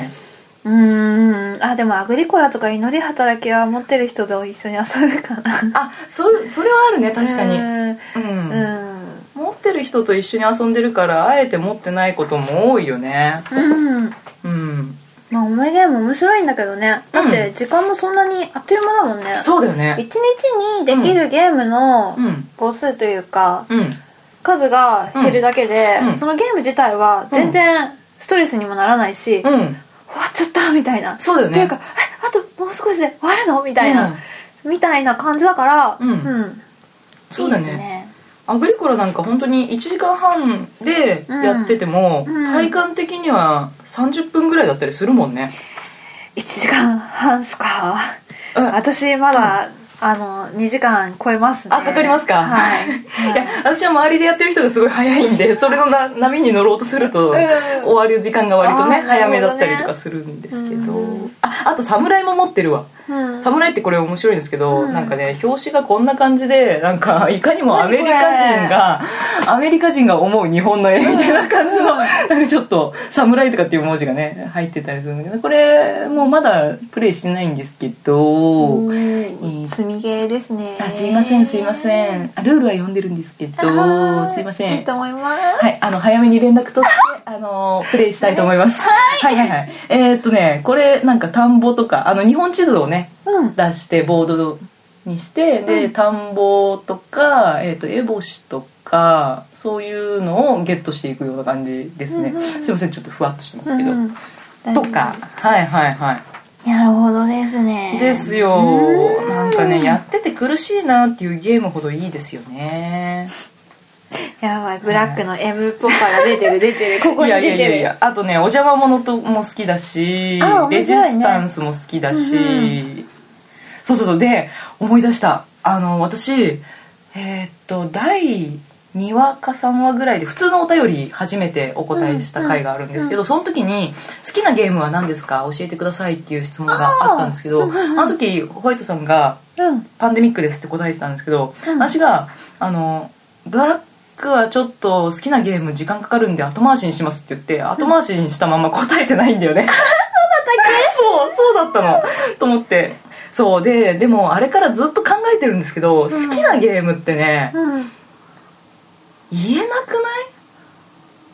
Speaker 2: ーんあでもアグリコラとか祈り働きは持ってる人と一緒に遊ぶかな
Speaker 1: あそうそれはあるね確かにうん、
Speaker 2: うんうん
Speaker 1: 持ってる人と一緒に遊んでるからあえて持ってないことも多いよね
Speaker 2: うん
Speaker 1: うん
Speaker 2: まあ思い出も面白いんだけどねだって時間もそんなにあっという間だもんね、
Speaker 1: そうだよね
Speaker 2: 一日にできるゲームの
Speaker 1: うん
Speaker 2: 個数というか
Speaker 1: うん
Speaker 2: 数が減るだけで、
Speaker 1: うんうん
Speaker 2: そのゲーム自体は全然ストレスにもならないし、終わ
Speaker 1: うん
Speaker 2: っちゃったみたいな、
Speaker 1: そうだよ
Speaker 2: ってい
Speaker 1: ね
Speaker 2: うかえあともう少しで終わるのみたいな、
Speaker 1: うん
Speaker 2: みたいな感じだから
Speaker 1: うんそうだよ
Speaker 2: いいです
Speaker 1: ね
Speaker 2: ね
Speaker 1: アグリコラなんか本当に1時間半でやってても、
Speaker 2: うんうん
Speaker 1: 体感的には30分ぐらいだったりするもんね、
Speaker 2: 1時間半っすか
Speaker 1: うん
Speaker 2: 私まだ、あの2時間超えますね
Speaker 1: あかかりますか
Speaker 2: はい、はい
Speaker 1: いや私は周りでやってる人がすごい早いんでそれのな波に乗ろうとすると、
Speaker 2: ん
Speaker 1: 終わる時間が割とね
Speaker 2: あー
Speaker 1: 早めだった
Speaker 2: な
Speaker 1: り
Speaker 2: るほど
Speaker 1: とか
Speaker 2: ね
Speaker 1: するんですけど、
Speaker 2: うん
Speaker 1: ああと侍も持ってるわ
Speaker 2: うん
Speaker 1: 侍ってこれ面白いんですけど、
Speaker 2: うん
Speaker 1: なんかね表紙がこんな感じでなんかいかにもアメリカ人がアメリカ人が思う日本の絵みたいな感じの、
Speaker 2: うん
Speaker 1: なんかちょっと「侍」とかっていう文字がね入ってたりするんだけどこれもうまだプレイしてないんですけど、
Speaker 2: うん積みゲーですね
Speaker 1: あすいませんすいませんあルールは読んでるんですけど
Speaker 2: あー
Speaker 1: すいません
Speaker 2: いいと思います、
Speaker 1: はい、あの早めに連絡取ってあのプレイしたいと思います。はい、はいはいはいえーっとねこれなんか田んぼとかあの日本地図をね
Speaker 2: うん
Speaker 1: 出してボードにしてで、
Speaker 2: うん
Speaker 1: 田んぼとかえーっと烏帽子とかそういうのをゲットしていくような感じですね。
Speaker 2: うんうん
Speaker 1: すいませんちょっとふわっとしてますけど。
Speaker 2: うん
Speaker 1: とかはいはいはい。
Speaker 2: なるほどですね
Speaker 1: ですよ
Speaker 2: うん
Speaker 1: なんかねやってて苦しいなっていうゲームほどいいですよね
Speaker 2: やばいブラックの M っぽさが出てる出 てるここ
Speaker 1: い
Speaker 2: に
Speaker 1: やい
Speaker 2: 出
Speaker 1: やい
Speaker 2: て
Speaker 1: やい
Speaker 2: る
Speaker 1: やあとねお邪魔者とも好きだし、
Speaker 2: あ面
Speaker 1: レジ
Speaker 2: 白いね
Speaker 1: スタンスも好きだし、
Speaker 2: うん
Speaker 1: そうそうそうで思い出したあの私えーっと第2話か3話ぐらいで普通のお便り初めてお答えした回があるんですけど、
Speaker 2: うんう
Speaker 1: その時に「好きなゲームは何ですか教えてください」っていう質問があったんですけど
Speaker 2: あーうんうんうん
Speaker 1: あの時ホワイトさんが
Speaker 2: うん
Speaker 1: パンデミックですって答えてたんですけど、
Speaker 2: うん
Speaker 1: 私があのブラックはちょっと好きなゲーム時間かかるんで後回しにしますって言って後回しにしたまま答えてないんだよ ね、 そうそうだったのと思ってそうででもあれからずっと考えてるんですけど、
Speaker 2: ん
Speaker 1: 好きなゲームってね
Speaker 2: うん
Speaker 1: 言えなくない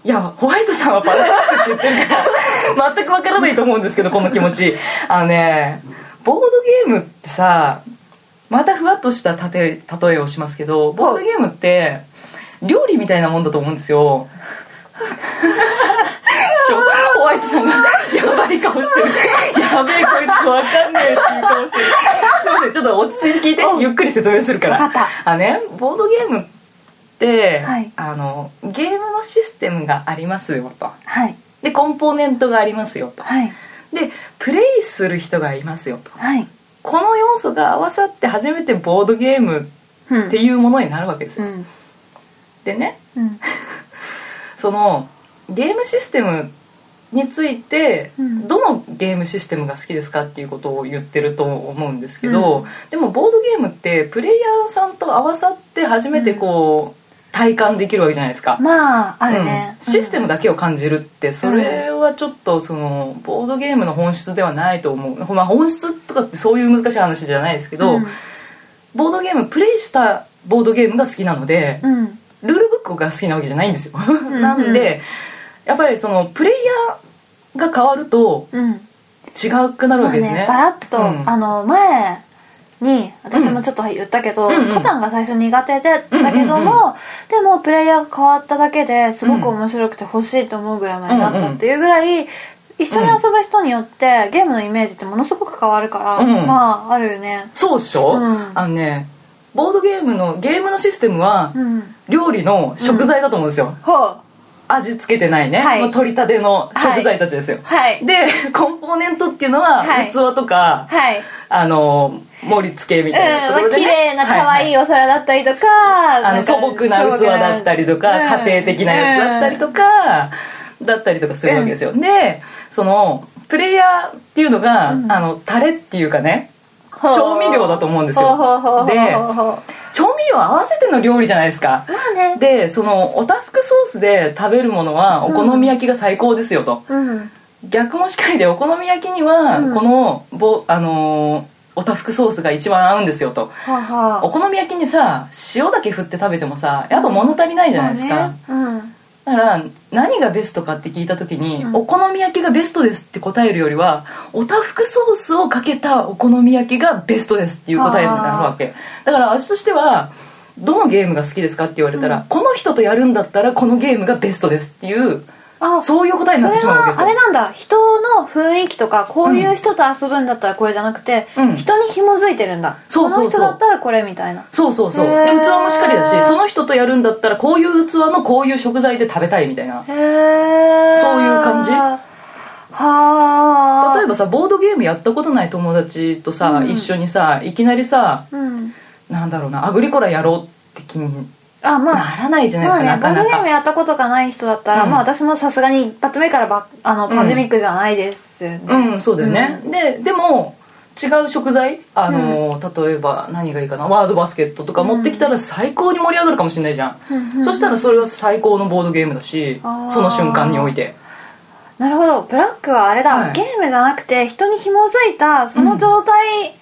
Speaker 1: いやホワイトさんはパンデミックって言ってるから全くわからないと思うんですけどこの気持ちあのねボードゲームってさまたふわっとしたたて例えをしますけどボードゲームって料理みたいなもんだと思うんですよちょホワイトさんがやばい顔してるやべえこいつわかんねえっていう顔してるすいませんちょっと落ち着いて聞いてゆっくり説明するから
Speaker 2: わかっ
Speaker 1: あねボードゲームって、
Speaker 2: はい
Speaker 1: あのゲームのシステムがありますよと
Speaker 2: はい
Speaker 1: でコンポーネントがありますよと
Speaker 2: はい
Speaker 1: でプレイする人がいますよと
Speaker 2: はい
Speaker 1: この要素が合わさって初めてボードゲーム
Speaker 2: うん
Speaker 1: っていうものになるわけです
Speaker 2: う
Speaker 1: よ、
Speaker 2: ん
Speaker 1: でね
Speaker 2: うん
Speaker 1: そのゲームシステムについて、
Speaker 2: うん
Speaker 1: どのゲームシステムが好きですかっていうことを言ってると思うんですけど、
Speaker 2: うん
Speaker 1: でもボードゲームってプレイヤーさんと合わさって初めてこう、体感できるわけじゃないですか、
Speaker 2: まああるね
Speaker 1: うんシステムだけを感じるってそれはちょっとそのボードゲームの本質ではないと思う、まあ、本質とかってそういう難しい話じゃないですけど、
Speaker 2: うん
Speaker 1: ボードゲームプレイしたボードゲームが好きなので、
Speaker 2: うん
Speaker 1: ルールブックが好きなわけじゃないんですよ
Speaker 2: ん
Speaker 1: なんでやっぱりそのプレイヤーが変わると
Speaker 2: うん
Speaker 1: 違くなるわけですね
Speaker 2: まあバラッと、
Speaker 1: うん
Speaker 2: あの前に私もちょっと言ったけど、
Speaker 1: うんうんうん
Speaker 2: カタンが最初苦手でだけども、
Speaker 1: うんうんうん
Speaker 2: でもプレイヤーが変わっただけですごく面白くて欲しいと思うぐらいまでなったっていうぐらい、一緒に遊ぶ人によってゲームのイメージってものすごく変わるから、
Speaker 1: うん
Speaker 2: まああるよね
Speaker 1: そうでしょ、
Speaker 2: うん
Speaker 1: あのねボードゲームのゲームのシステムは
Speaker 2: うん
Speaker 1: 料理の食材だと思うんですよ、
Speaker 2: ほ
Speaker 1: 味付けてないね、
Speaker 2: はい
Speaker 1: もう取りたての食材たちですよ、
Speaker 2: うはい
Speaker 1: でコンポーネントっていうのは
Speaker 2: はい
Speaker 1: 器とか、
Speaker 2: はい
Speaker 1: あの盛り付けみ
Speaker 2: うん、ま
Speaker 1: たいなとこ
Speaker 2: あ
Speaker 1: ろで、ね
Speaker 2: 綺麗な可愛い
Speaker 1: は
Speaker 2: お皿だったりとか,、
Speaker 1: いはいあの素朴な器だったりとか、家庭的なやつだったり
Speaker 2: か
Speaker 1: とか、だったりとかするわけですよ、でそのプレイヤーっていうのが、
Speaker 2: うん
Speaker 1: あのタレっていうかね
Speaker 2: ほう
Speaker 1: 調味料だと思うんですよ
Speaker 2: ほうほうほうほうほうほう
Speaker 1: 調味料合わせての料理じゃないですか
Speaker 2: まあね
Speaker 1: でそのおたふくソースで食べるものはお好み焼きが最高ですよと、
Speaker 2: うん
Speaker 1: 逆もしかりでお好み焼きには
Speaker 2: うん
Speaker 1: このぼ、あのーおたふくソースが一番合うんですよと
Speaker 2: はは
Speaker 1: お好み焼きにさ塩だけ振って食べてもさやっぱ物足りないじゃないですか、
Speaker 2: まあね
Speaker 1: だから何がベストかって聞いた時に、
Speaker 2: うん
Speaker 1: お好み焼きがベストですって答えるよりはおたふくソースをかけたお好み焼きがベストですっていう答えになるわけだから私としてはどのゲームが好きですかって言われたら、
Speaker 2: うん
Speaker 1: この人とやるんだったらこのゲームがベストですっていう
Speaker 2: うん、あそ
Speaker 1: そういう答えになっ
Speaker 2: れ
Speaker 1: てしまうわけで
Speaker 2: は
Speaker 1: す
Speaker 2: あ
Speaker 1: よ
Speaker 2: れなんだ人の雰囲気とかこういう人と遊ぶんだったらこれじゃなくて、
Speaker 1: うん
Speaker 2: 人に紐づいてるんだ、
Speaker 1: そうそうそう
Speaker 2: この人だったらこれみたいな
Speaker 1: そうそうそう
Speaker 2: へ
Speaker 1: で
Speaker 2: ー
Speaker 1: 器もしっかりだしその人とやるんだったらこういう器のこういう食材で食べたいみたいな
Speaker 2: へえ
Speaker 1: そういう感じ
Speaker 2: はあ
Speaker 1: 例えばさボードゲームやったことない友達とさ、
Speaker 2: うん
Speaker 1: 一緒にさいきなりさ
Speaker 2: うん
Speaker 1: なんだろうなアグリコラやろうって気に
Speaker 2: あま
Speaker 1: な
Speaker 2: あ、
Speaker 1: らないじゃないで
Speaker 2: ますあ
Speaker 1: か、
Speaker 2: ね、
Speaker 1: なか
Speaker 2: ボー
Speaker 1: な
Speaker 2: ドゲーム
Speaker 1: か
Speaker 2: やったことがない人だったら、
Speaker 1: うん
Speaker 2: まあ私もさすがに一発目からばあのパンデミックじゃないですよね、
Speaker 1: うんそうだよね、ででも違う食材あの、例えば何がいいかなワードバスケットとか持ってきたら最高に盛り上がるかもしれないじゃん、
Speaker 2: うん、うんうんうん
Speaker 1: そしたらそれは最高のボードゲームだし
Speaker 2: あー
Speaker 1: その瞬間において
Speaker 2: なるほどブラックはあれだ、
Speaker 1: はい
Speaker 2: ゲームじゃなくて人に紐づいたその状態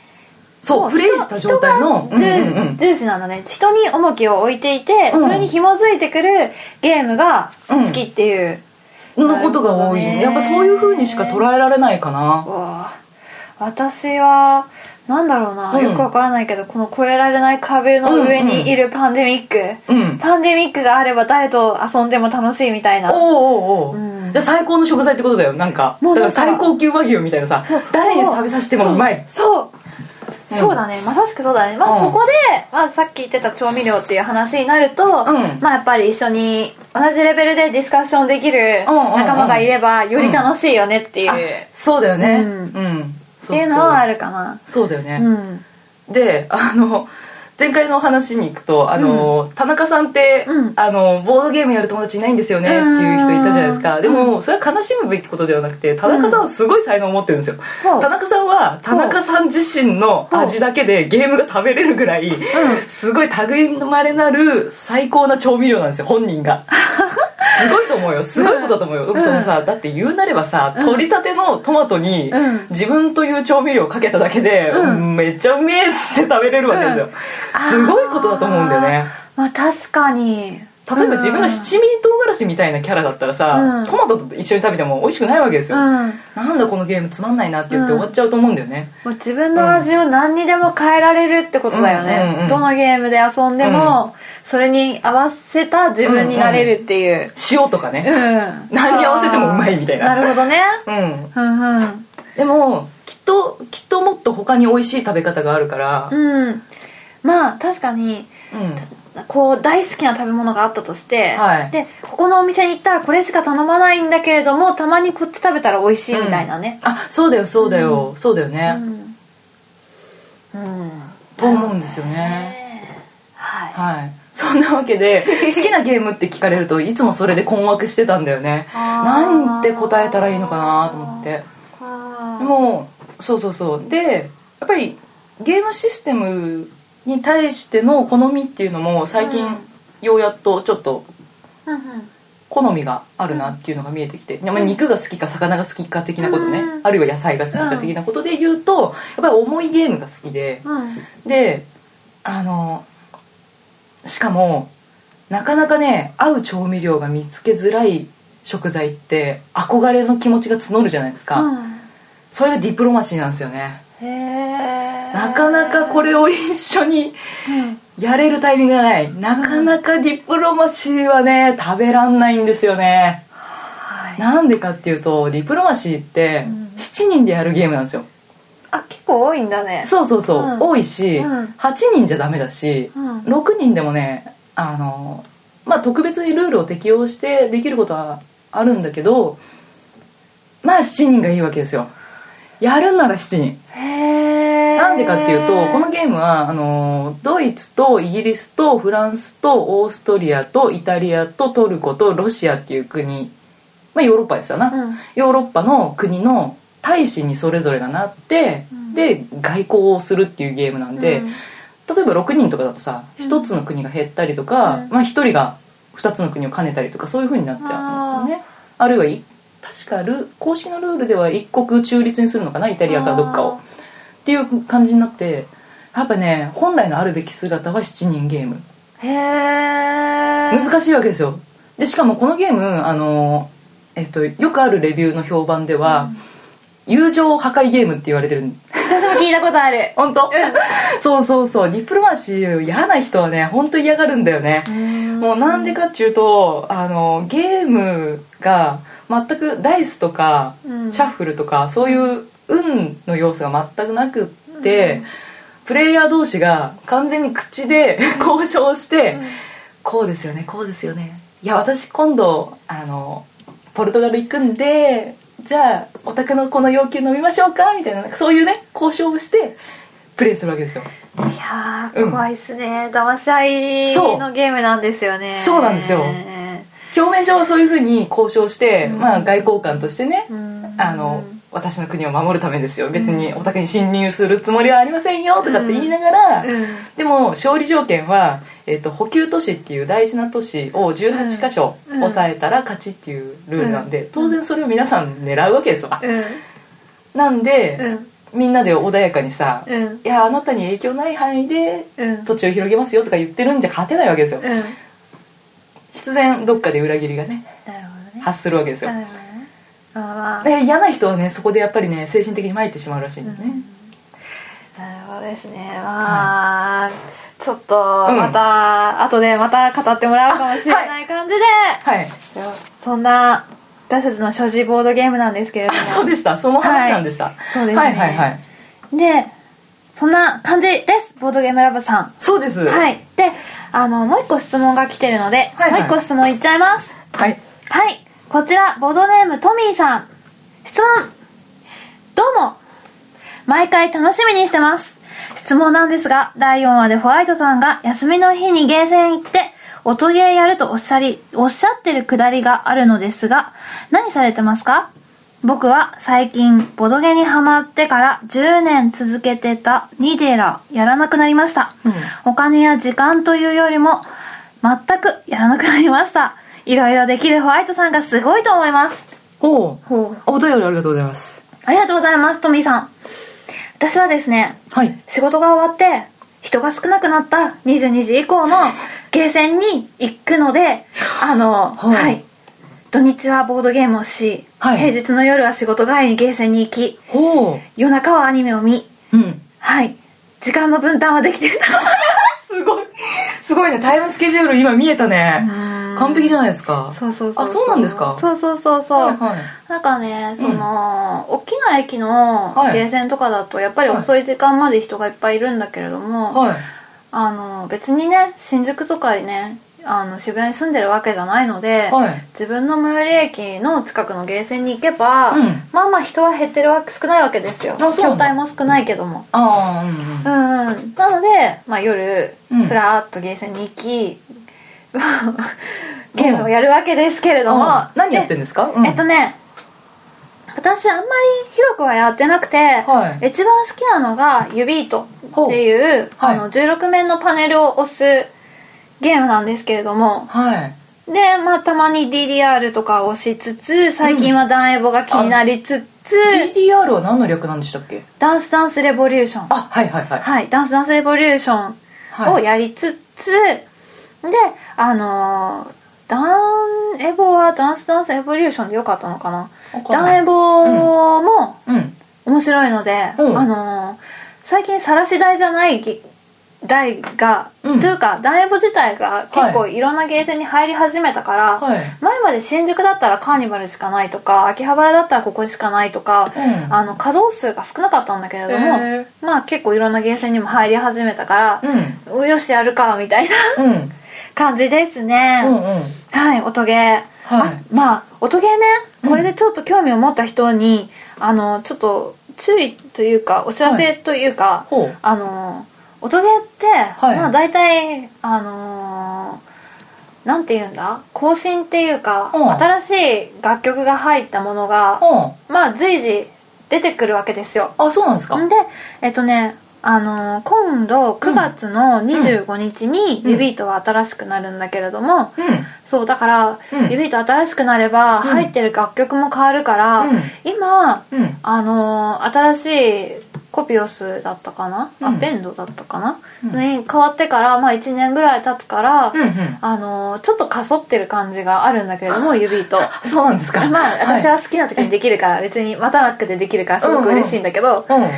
Speaker 1: そう
Speaker 2: を
Speaker 1: プレイした状態の
Speaker 2: 人が重視
Speaker 1: うんうんうん
Speaker 2: 重視なんだね人に重きを置いていて、
Speaker 1: うん
Speaker 2: それに紐づいてくるゲームが好きっていう、
Speaker 1: のことが多い、
Speaker 2: なるほどね
Speaker 1: やっぱそういう風にしか捉えられないかな
Speaker 2: うわ私はなんだろうな、
Speaker 1: うん
Speaker 2: よくわからないけどこの越えられない壁の上にいるパンデミック、
Speaker 1: うん
Speaker 2: パンデミックがあれば誰と遊んでも楽しいみたいな
Speaker 1: おうおうおう、
Speaker 2: うん
Speaker 1: じゃあ最高の食材ってことだよなんか
Speaker 2: もう
Speaker 1: だか
Speaker 2: な
Speaker 1: ら
Speaker 2: んか
Speaker 1: 最高級和牛みたいなさ誰に食べさせてもうまい
Speaker 2: そう
Speaker 1: うん
Speaker 2: そうだねまさしくそうだね、まあ、
Speaker 1: うん
Speaker 2: そこで、まあ、さっき言ってた調味料っていう話になると、
Speaker 1: ん
Speaker 2: まあ、やっぱり一緒に同じレベルでディスカッションできる
Speaker 1: うんうんうん
Speaker 2: 仲間がいればより楽しいよねっていう、
Speaker 1: あ
Speaker 2: っ
Speaker 1: そうだよね
Speaker 2: うん
Speaker 1: うんそそ
Speaker 2: ていうのはあるかな
Speaker 1: そうだよ
Speaker 2: う
Speaker 1: ね
Speaker 2: ん
Speaker 1: であの前回の話に行くとあの、田中さんって、
Speaker 2: うん
Speaker 1: あのボードゲームやる友達いないんですよねっていう人いたじゃないですか
Speaker 2: うん
Speaker 1: でもそれは悲しむべきことではなくて田中さんはすごい才能を持ってるんですよ、
Speaker 2: ほう
Speaker 1: 田中さんは田中さん自身の味だけでゲームが食べれるぐらい、すごい類いまれなる最高な調味料なんですよ本人 がすごいと思うよすごいことだと思うよ、
Speaker 2: うん
Speaker 1: そのさだって言うなればさ、
Speaker 2: うん
Speaker 1: 取りたてのトマトに
Speaker 2: うん
Speaker 1: 自分という調味料をかけただけで、
Speaker 2: うん
Speaker 1: めっちゃうめえっつって食べれるわけですよ、
Speaker 2: う
Speaker 1: す
Speaker 2: ん
Speaker 1: ごいことだと思うんだよね
Speaker 2: まあ確かに
Speaker 1: 例えば自分が七味唐辛子みたいなキャラだったらさ、
Speaker 2: うん
Speaker 1: トマトと一緒に食べても美味しくないわけです
Speaker 2: う
Speaker 1: よ、
Speaker 2: ん、うん
Speaker 1: なんだこのゲームつまんないなって言って終わっちゃうと思うんだよね、
Speaker 2: もう自分の味を何にでも変えられるってことだよ
Speaker 1: う
Speaker 2: ね、
Speaker 1: んうんうん
Speaker 2: どのゲームで遊んでも、それに合わせた自分になれるっていう、
Speaker 1: 塩とか
Speaker 2: うん
Speaker 1: ね、何に合わせてもうまいみたいな
Speaker 2: なるほどね
Speaker 1: うん、
Speaker 2: うんうん
Speaker 1: でもきっときっともっと他に美味しい食べ方があるから、
Speaker 2: うんまあ確かに
Speaker 1: うん
Speaker 2: こう大好きな食べ物があったとして、
Speaker 1: はい
Speaker 2: でここのお店に行ったらこれしか頼まないんだけれどもたまにこっち食べたら美味しいみたいなね
Speaker 1: あそうだよそうだよ、そうだよね、
Speaker 2: うん、うん
Speaker 1: と思うんですよね、
Speaker 2: ねはい、
Speaker 1: はいそんなわけ で好きなゲームって聞かれるといつもそれで困惑してたんだよね
Speaker 2: あー
Speaker 1: なんて答えたらいいのかなと思って
Speaker 2: あー
Speaker 1: もうそうそうそうでやっぱりゲームシステムに対しての好みっていうのも最近、
Speaker 2: うん
Speaker 1: ようやっとちょっと
Speaker 2: うんうん
Speaker 1: 好みがあるなっていうのが見えてきて、まあ、肉が好きか魚が好きか的なことね、
Speaker 2: うん
Speaker 1: あるいは野菜が好きか的なことで言うとやっぱり重いゲームが好きで
Speaker 2: うん
Speaker 1: であのしかもなかなかね合う調味料が見つけづらい食材って憧れの気持ちが募るじゃないですか、それがディプロマシーなんですよね
Speaker 2: うん、へー
Speaker 1: なかなかこれを一緒に
Speaker 2: うん
Speaker 1: やれるタイミングがないなかなかディプロマシーはね食べらんないんですよね
Speaker 2: はい
Speaker 1: なんでかっていうとディプロマシーって
Speaker 2: うん
Speaker 1: 7人でやるゲームなんですよ、
Speaker 2: あ結構多いんだね
Speaker 1: そうそうそう、
Speaker 2: うん
Speaker 1: 多いし、
Speaker 2: うん
Speaker 1: 8人じゃダメだし
Speaker 2: う、ん
Speaker 1: 6人でもねあの、まあ、特別にルールを適用してできることはあるんだけどまあ7人がいいわけですよやるなら7人
Speaker 2: へー
Speaker 1: なんでかっていうとこのゲームはあのドイツとイギリスとフランスとオーストリアとイタリアとトルコとロシアっていう国、まあ、ヨーロッパですよな、
Speaker 2: うん
Speaker 1: ヨーロッパの国の大使にそれぞれがなって、
Speaker 2: うん
Speaker 1: で外交をするっていうゲームなんで、
Speaker 2: うん
Speaker 1: 例えば6人とかだとさ
Speaker 2: うん
Speaker 1: 1つの国が減ったりとか、
Speaker 2: うん
Speaker 1: まあ、1人が2つの国を兼ねたりとかそういう風になっちゃうんだよね。あるいはい確かル公式のルールでは一国中立にするのかなイタリアかどっか
Speaker 2: あー
Speaker 1: をっていう感じになってやっぱね本来のあるべき姿は7人ゲーム
Speaker 2: へえ
Speaker 1: 難しいわけですよでしかもこのゲームあの、えっと、よくあるレビューの評判では、友情破壊ゲームって言われてる
Speaker 2: 私も聞いたことある
Speaker 1: 本当、そうそうそうディプロマシー嫌な人はね本当嫌がるんだよね、もうなんでかっていうとあのゲームが全くダイスとか、
Speaker 2: うん
Speaker 1: シャッフルとかそういう運の要素が全くなくって、プレイヤー同士が完全に口で交渉して、
Speaker 2: うん
Speaker 1: こうですよねこうですよねいや私今度あのポルトガル行くんでじゃあお宅のこの要求飲みましょうかみたいななんかそういうね交渉をしてプレイするわけですよ、
Speaker 2: いや
Speaker 1: う
Speaker 2: ー
Speaker 1: ん
Speaker 2: 怖いっすね、騙し合
Speaker 1: そう
Speaker 2: いのゲームなんですよね
Speaker 1: そうなんですよ表面上はそういうふうに交渉して、
Speaker 2: うん
Speaker 1: まあ、外交官としてね、
Speaker 2: うん
Speaker 1: あの私の国を守るためですよ別にお宅に侵入するつもりはありませんよとかって言いながら、
Speaker 2: うん
Speaker 1: でも勝利条件は、えっと補給都市っていう大事な都市を18箇所
Speaker 2: うん
Speaker 1: 押さえたら勝ちっていうルールなんで、
Speaker 2: うん
Speaker 1: 当然それを皆さん狙うわけですよ、あ
Speaker 2: うん
Speaker 1: なんで、
Speaker 2: うん
Speaker 1: みんなで穏やかにさ「
Speaker 2: う
Speaker 1: い
Speaker 2: ん
Speaker 1: やあなたに影響ない範囲で
Speaker 2: うん
Speaker 1: 土地を広げますよ」とか言ってるんじゃ勝てないわけですよ、
Speaker 2: うん
Speaker 1: 必然どっかで裏切りがね
Speaker 2: なるほどね
Speaker 1: 発するわけですよ、
Speaker 2: なるほどねあーまあ
Speaker 1: で嫌な人はねそこでやっぱりね精神的に参ってしまうらしいんだね、
Speaker 2: なるほどですねまあ、ちょっとまた、後でまた語ってもらうかもしれ
Speaker 1: あは
Speaker 2: ない感じで、
Speaker 1: はい
Speaker 2: そんな私たちの所持ボードゲームなんですけれど
Speaker 1: あ
Speaker 2: も
Speaker 1: そうでしたその話なんでした、
Speaker 2: そうですね
Speaker 1: はいはいはい
Speaker 2: でそんな感じですボードゲームラブさん
Speaker 1: そうです、
Speaker 2: はいいであのもう一個質問が来てるので、
Speaker 1: はいはい
Speaker 2: もう一個質問いっちゃいます
Speaker 1: はい、
Speaker 2: はいこちらボードネームトミーさん質問どうも毎回楽しみにしてます質問なんですが第4話でホワイトさんが休みの日にゲーセン行って音ゲーやるとおっしゃりおっしゃってるくだりがあるのですが何されてますか僕は最近ボドゲにハマってから10年続けてたニデラやらなくなりました、
Speaker 1: うん
Speaker 2: お金や時間というよりも全くやらなくなりましたいろいろできるホワイトさんがすごいと思います
Speaker 1: おうお便りありがとうございます
Speaker 2: ありがとうございますトミーさん私はですね
Speaker 1: はい
Speaker 2: 仕事が終わって人が少なくなった22時以降のゲーセンに行くのであの、
Speaker 1: はい
Speaker 2: はい、土日はボードゲームをし、
Speaker 1: はい
Speaker 2: 平日の夜は仕事帰りにゲーセンに行き
Speaker 1: ほう
Speaker 2: 夜中はアニメを見
Speaker 1: うん
Speaker 2: はい時間の分担はできてると
Speaker 1: すごいすごいねタイムスケジュール今見えたね完璧じゃないですか
Speaker 2: そうそうそう
Speaker 1: あそうなんですか
Speaker 2: そうそうそうそう、
Speaker 1: はいはい
Speaker 2: なんかねその、大きな駅の
Speaker 1: はい
Speaker 2: ゲーセンとかだとやっぱり
Speaker 1: はい
Speaker 2: 遅い時間まで人がいっぱいいるんだけれども、
Speaker 1: はい
Speaker 2: あの別にね新宿とかにねあの渋谷に住んでるわけじゃないので、
Speaker 1: はい
Speaker 2: 自分の最寄り駅の近くのゲーセンに行けば、
Speaker 1: うん
Speaker 2: まあまあ人は減ってるわけ少ないわけですよ
Speaker 1: あそうなんだ
Speaker 2: 筐体も少ないけども
Speaker 1: ああうん
Speaker 2: うんうんなので、まあ、夜
Speaker 1: うん
Speaker 2: ふらっとゲーセンに行き、 ゲームをやるわけですけれども、
Speaker 1: あー何やってん
Speaker 2: で
Speaker 1: ですか、うん
Speaker 2: えっとね私あんまり広くはやってなくて、
Speaker 1: はい
Speaker 2: 一番好きなのが「ユビート」っていう、
Speaker 1: ほうはい
Speaker 2: あの16面のパネルを押すゲームなんですけれども
Speaker 1: はい
Speaker 2: で、まあ、たまに DDR とかを押しつつ最近はダンエボが気になりつつ、
Speaker 1: DDR は何の略なんでしたっけ
Speaker 2: ダンスダンスレボリューション
Speaker 1: あはいはいはい
Speaker 2: はい、ダンスダンスレボリューショ
Speaker 1: はい
Speaker 2: ンをやりつつ、であのーダンエボはダンスダンスエボリューションでよかったのかな
Speaker 1: わかん
Speaker 2: ダ
Speaker 1: ない
Speaker 2: ンエボも
Speaker 1: うん
Speaker 2: 面白いので、
Speaker 1: うん
Speaker 2: あのー最近さらし台じゃないぎ台が、
Speaker 1: うん
Speaker 2: というかダンエボ自体が結構
Speaker 1: はい
Speaker 2: いろんなゲーセンに入り始めたから、
Speaker 1: はい
Speaker 2: 前まで新宿だったらカーニバルしかないとか秋葉原だったらここしかないとか、
Speaker 1: うん
Speaker 2: あの稼働数が少なかったんだけれども、
Speaker 1: へ
Speaker 2: まあ結構いろんなゲーセンにも入り始めたから、
Speaker 1: うん
Speaker 2: およしやるかみたいな
Speaker 1: う ん
Speaker 2: 感じですね、
Speaker 1: うんうん
Speaker 2: はい音ゲー、あまあ音ゲーね
Speaker 1: うん
Speaker 2: これでちょっと興味を持った人に、あのちょっと注意というかお知らせというか、
Speaker 1: ほう
Speaker 2: あの音ゲーって、
Speaker 1: はい
Speaker 2: まあ大体あのーなんて言うんだ更新っていうか、
Speaker 1: うん
Speaker 2: 新しい楽曲が入ったものが、
Speaker 1: ほ
Speaker 2: まあ随時出てくるわけですよ
Speaker 1: うあそうなんですか
Speaker 2: でえっとねあのー今度9月の25日に
Speaker 1: うん
Speaker 2: リビートは新しくなるんだけれども、
Speaker 1: うん
Speaker 2: そうだから、
Speaker 1: うん
Speaker 2: リビート新しくなれば
Speaker 1: うん
Speaker 2: 入ってる楽曲も変わるから、
Speaker 1: うん
Speaker 2: 今
Speaker 1: うん
Speaker 2: あのー新しいコピオスだったかな、
Speaker 1: うん
Speaker 2: アペンドだったかな、
Speaker 1: うん
Speaker 2: に変わってから、まあ、1年ぐらい経つから、
Speaker 1: うんうん
Speaker 2: あのーちょっとかそってる感じがあるんだけれども指と。
Speaker 1: そうなんですか
Speaker 2: まあ私
Speaker 1: は
Speaker 2: は好きな時にできるから、別にまたなくでできるからすごく嬉しいんだけど、
Speaker 1: いうん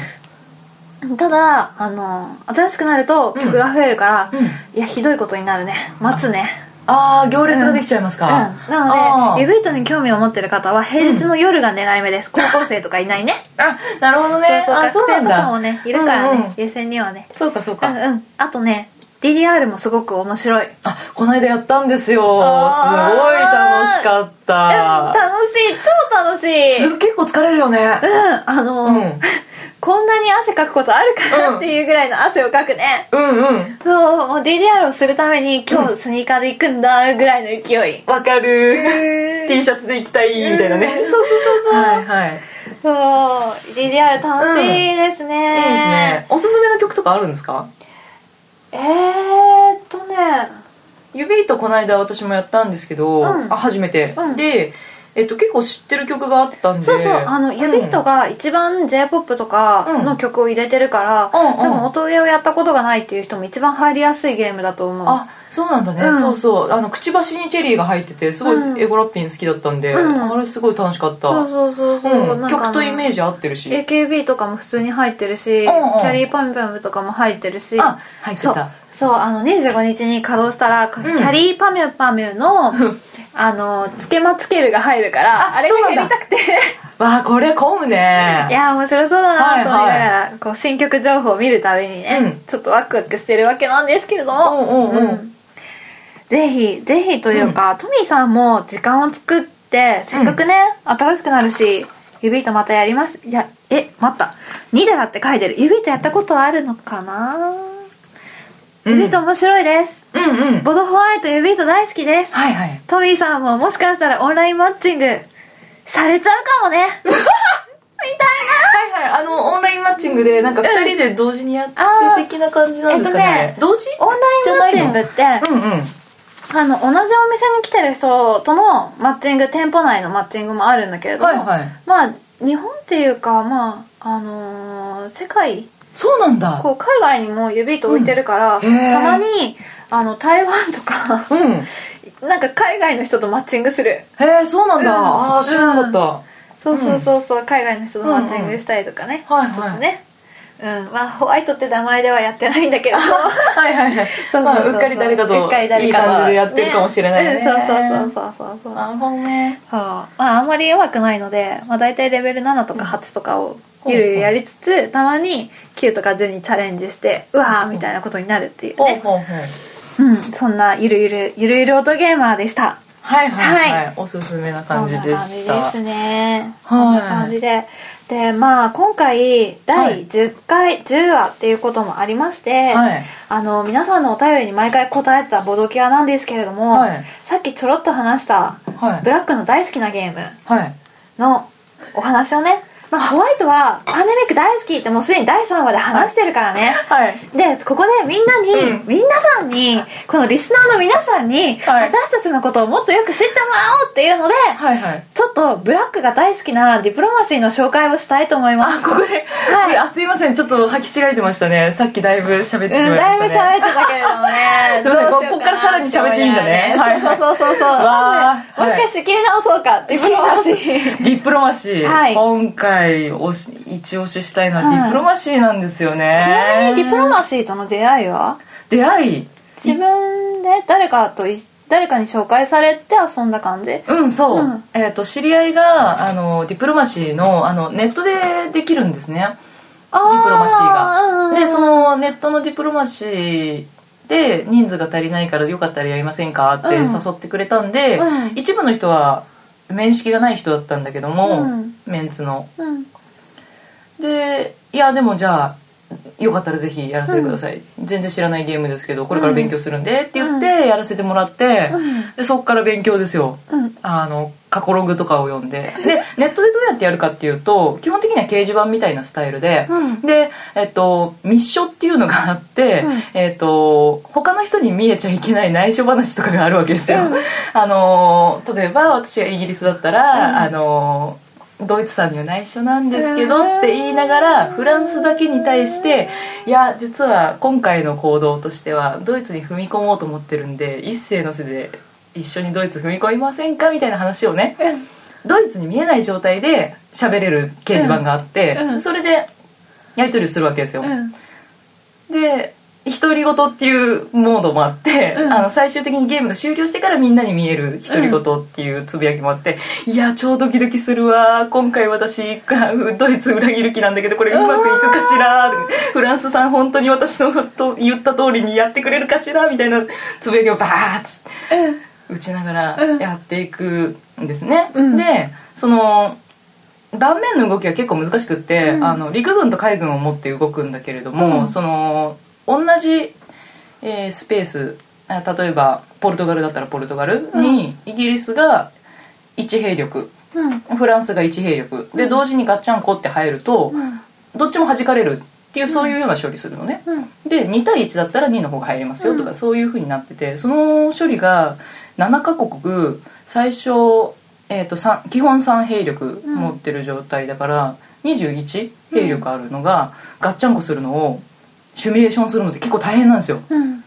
Speaker 2: ただあの新しくなると曲が増えるから、
Speaker 1: うんうん
Speaker 2: いやひどいことになるね待つね
Speaker 1: ああ行列ができちゃいます
Speaker 2: うん
Speaker 1: か、
Speaker 2: なので
Speaker 1: あ
Speaker 2: リ
Speaker 1: ー
Speaker 2: ブイトに興味を持ってる方は平日の夜が狙い目です、高校生とかいないね
Speaker 1: あなるほど ね
Speaker 2: そうそう
Speaker 1: あそうな
Speaker 2: 学生
Speaker 1: ん
Speaker 2: と
Speaker 1: だ
Speaker 2: かもねいるから
Speaker 1: うんう
Speaker 2: ね
Speaker 1: ん
Speaker 2: 優先にはね
Speaker 1: そうかそう
Speaker 2: う
Speaker 1: か、
Speaker 2: んうんあとね DDR もすごく面白いうん
Speaker 1: あこの間やったんですよすごい楽しかった
Speaker 2: 楽しい超楽しい
Speaker 1: す
Speaker 2: うん
Speaker 1: ごい結構疲れるよね
Speaker 2: あの
Speaker 1: うん、
Speaker 2: ー こんなに汗かくことあるかなっていうぐらいの汗をかくね、
Speaker 1: うんうん
Speaker 2: そうもう DDR をするために今日スニーカーで行くんだぐらいの勢い、
Speaker 1: わかる T
Speaker 2: シ
Speaker 1: シャツで行きたいみたいなね
Speaker 2: そうそうそうそう、
Speaker 1: はいはいいい
Speaker 2: そう DDR 楽しいで
Speaker 1: で
Speaker 2: すね、
Speaker 1: すねおすすめの曲とかあるんですか
Speaker 2: えー、っとね
Speaker 1: 指とこの間私もやったんですけど、
Speaker 2: うん
Speaker 1: あ初めて、
Speaker 2: うん
Speaker 1: で、えっと、結構知ってる曲があったんで
Speaker 2: そうそうあのヤビット
Speaker 1: が、
Speaker 2: が一番 j p o p とかの曲を入れてるから、
Speaker 1: うんうん
Speaker 2: 多分音ゲーをやったことがないっていう人も一番入りやすいゲームだと思う
Speaker 1: あそうなんだね、
Speaker 2: うん
Speaker 1: そうそうあのくちばしにチェリーが入っててすご
Speaker 2: うん
Speaker 1: いエゴラッピン好きだったんで、
Speaker 2: うん
Speaker 1: あれすごい楽しかった、
Speaker 2: そうそうそうそう、
Speaker 1: うん曲とイメー
Speaker 2: ジ
Speaker 1: ジ合ってるし
Speaker 2: AKB とかも普通に入ってるし、
Speaker 1: うんうん
Speaker 2: キャリーパンパンとかも入ってるし
Speaker 1: あ入って
Speaker 2: そう
Speaker 1: た
Speaker 2: そうあの25日に稼働したら、キャリーパ ミュパミュのあのつけまつけるが入るからあれが
Speaker 1: そうなんだ
Speaker 2: やりたくて
Speaker 1: わあこれ混むね
Speaker 2: いやー面白そうだなと思いながら、
Speaker 1: は
Speaker 2: こう新曲情報を見るたびにね、
Speaker 1: うん
Speaker 2: ちょっとワクワクしてるわけなんですけれども、
Speaker 1: うんうんうん
Speaker 2: ぜひぜひというか、トミーさんも時間を作ってせっかくね、新しくなるし指とまたやりましいやえ待った「ニデラ」って書いてる指とやったことはあるのかな、
Speaker 1: うん
Speaker 2: 指と面白いです
Speaker 1: うんうん
Speaker 2: ボドホワイト指と大好きです
Speaker 1: はいはい
Speaker 2: トミーさんももしかしたらオンラインマッチングされちゃうかもねみたい
Speaker 1: はいはいあのオンラインマッチングでなんか2人で同時にやって
Speaker 2: あー
Speaker 1: 的な感じなんですかね,、
Speaker 2: えっと
Speaker 1: 同
Speaker 2: ね
Speaker 1: 時
Speaker 2: なオンラインマッチングって
Speaker 1: じゃないのうんうん
Speaker 2: あの同じお店に来てる人とのマッチング店舗内のマッチングもあるんだけれども、
Speaker 1: はいはい
Speaker 2: まあ日本っていうかまああのー世界
Speaker 1: そうなんだ
Speaker 2: こう海外にも指と置いてるから、
Speaker 1: うんへー
Speaker 2: たまにあの台湾とか
Speaker 1: うん
Speaker 2: なんか海外の人とマッチングする
Speaker 1: へえそうなんだ、
Speaker 2: うん
Speaker 1: ああ知らなかっ
Speaker 2: そうそうそうそう、海外の人とマッチングしたりとかね、
Speaker 1: うんうんはいはい
Speaker 2: ちょっとねうんまあホワイトって名前ではやってないんだけれ ども
Speaker 1: た、はいはいはい
Speaker 2: そうそうそうそう
Speaker 1: まあ、うっかり誰かと
Speaker 2: うっかり
Speaker 1: い
Speaker 2: 誰
Speaker 1: い
Speaker 2: かと
Speaker 1: 感じでやってるかもしれないね
Speaker 2: ねうん、そうそうそうそうそうそう
Speaker 1: なるほどね
Speaker 2: そうまああんまり弱くないので、まあ、大体レベル7とか8とかをゆるゆるやりつつたまに9とか10にチャレンジしてうわーみたいなことになるっていう
Speaker 1: ほう
Speaker 2: ね、
Speaker 1: ほうほう
Speaker 2: うん、そんなゆるゆるゆるゆる音ゲーマーでした
Speaker 1: はいはいはい、
Speaker 2: は
Speaker 1: おすすめな
Speaker 2: そ
Speaker 1: 感
Speaker 2: ん
Speaker 1: じ
Speaker 2: な
Speaker 1: で
Speaker 2: 感じ
Speaker 1: し
Speaker 2: で
Speaker 1: た
Speaker 2: すね
Speaker 1: はい
Speaker 2: こんな感じででまあ今回第10回、10話っていうこともありまして、
Speaker 1: はい
Speaker 2: あの皆さんのお便りに毎回答えてたボドキアなんですけれども、
Speaker 1: はい
Speaker 2: さっきちょろっと話した
Speaker 1: はい
Speaker 2: ブラックの大好きなゲーム
Speaker 1: はい
Speaker 2: のお話をね、まあ、ホワイトはパンデミック大好きってもうすでに第3話で話してるからね、
Speaker 1: はい
Speaker 2: でここでみんなに、
Speaker 1: うん
Speaker 2: みんなさんにこのリスナーの皆さんに、
Speaker 1: はい
Speaker 2: 私たちのことをもっとよく知ってもらおうっていうので、
Speaker 1: はいはい
Speaker 2: ちょっとブラックが大好きなディプロマシーの紹介をしたいと思います
Speaker 1: あここで、
Speaker 2: はい
Speaker 1: あすいませんちょっと履き違えてましたねさっきだいぶ喋ってしまいましたね、。
Speaker 2: うん、だいぶ喋ってたけれどもね
Speaker 1: すいません
Speaker 2: どうしよう
Speaker 1: ここからさらに喋っていいんだね
Speaker 2: かなって思いながらねそうそうそうそう。
Speaker 1: はい
Speaker 2: まずねもう一回仕切り直そうか。ディプロマシー。
Speaker 1: ディプロマシー、
Speaker 2: はい
Speaker 1: 今回おし一押ししたいのは
Speaker 2: は
Speaker 1: デ
Speaker 2: い
Speaker 1: ィプロマシーなんですよね、
Speaker 2: ちなみにディプロマシーとの出会いは
Speaker 1: 出会い
Speaker 2: 自分で誰かとい誰かに紹介されて遊んだ感じ
Speaker 1: うんそう、
Speaker 2: うん
Speaker 1: えっ、と知り合いがあのディプロマシーのあのネットでできるんですね
Speaker 2: あ
Speaker 1: ディプロマシーが
Speaker 2: ー
Speaker 1: でそのネットのディプロマシーで人数が足りないからよかったらやりませんかって
Speaker 2: うん
Speaker 1: 誘ってくれたんで、
Speaker 2: うん
Speaker 1: 一部の人は面識がない人だったんだけども、
Speaker 2: うん
Speaker 1: メンツの
Speaker 2: うんうん
Speaker 1: でいやでもじゃあよかったらぜひやらせてください、全然知らないゲームですけどこれから勉強するんでって言ってやらせてもらって、
Speaker 2: うん
Speaker 1: でそっから勉強ですよ
Speaker 2: うん
Speaker 1: あの過去ログとかを読んででネットでどうやってやるかっていうと基本的には掲示板みたいなスタイルで、
Speaker 2: うん
Speaker 1: で、えっと、密書っていうのがあって、
Speaker 2: うん
Speaker 1: えっと、他の人に見えちゃいけない内緒話とかがあるわけですよ、
Speaker 2: うん
Speaker 1: あの例えば私がイギリスだったら、
Speaker 2: うん
Speaker 1: あのドイツさんには内緒なんですけどって言いながらフランスだけに対していや実は今回の行動としてはドイツに踏み込もうと思ってるんで一世のせで一緒にドイツ踏み込みませんかみたいな話をねドイツに見えない状態で喋れる掲示板があって、
Speaker 2: うんうん
Speaker 1: それでやり取りをするわけですよ、
Speaker 2: うん
Speaker 1: で独り言っていうモードもあって、
Speaker 2: うん
Speaker 1: あの最終的にゲームが終了してからみんなに見える独り言っていうつぶやきもあって「いや超ドキドキするわ今回私ドイツ裏切る気なんだけどこれうまくいくかしら」フランスさん本当に私のと言った通りにやってくれるかしら」みたいなつぶやきをバーッつって
Speaker 2: うん
Speaker 1: 打ちながら
Speaker 2: うん
Speaker 1: やっていくんですね、
Speaker 2: うん
Speaker 1: でその断面の動きが結構難しくって、
Speaker 2: うん
Speaker 1: あの陸軍と海軍を持って動くんだけれども、
Speaker 2: うん
Speaker 1: その同じ、えースペースあ例えばポルトガルだったらポルトガルに、イギリスが1兵力
Speaker 2: うん
Speaker 1: フランスが1兵力で、
Speaker 2: うん
Speaker 1: 同時にガッチャンコって入ると、
Speaker 2: うん
Speaker 1: どっちも弾かれるっていうそういうような処理するのね、
Speaker 2: うん
Speaker 1: で2対1だったら2の方が入りますよとか、
Speaker 2: うん
Speaker 1: そういうふうになっててその処理が7カ国最初、えー、とさん基本3兵力
Speaker 2: うん
Speaker 1: 持ってる状態だから、21兵力あるのが、ガッチャンコするのをシミュレーションするのって結構大変なんですよ
Speaker 2: うん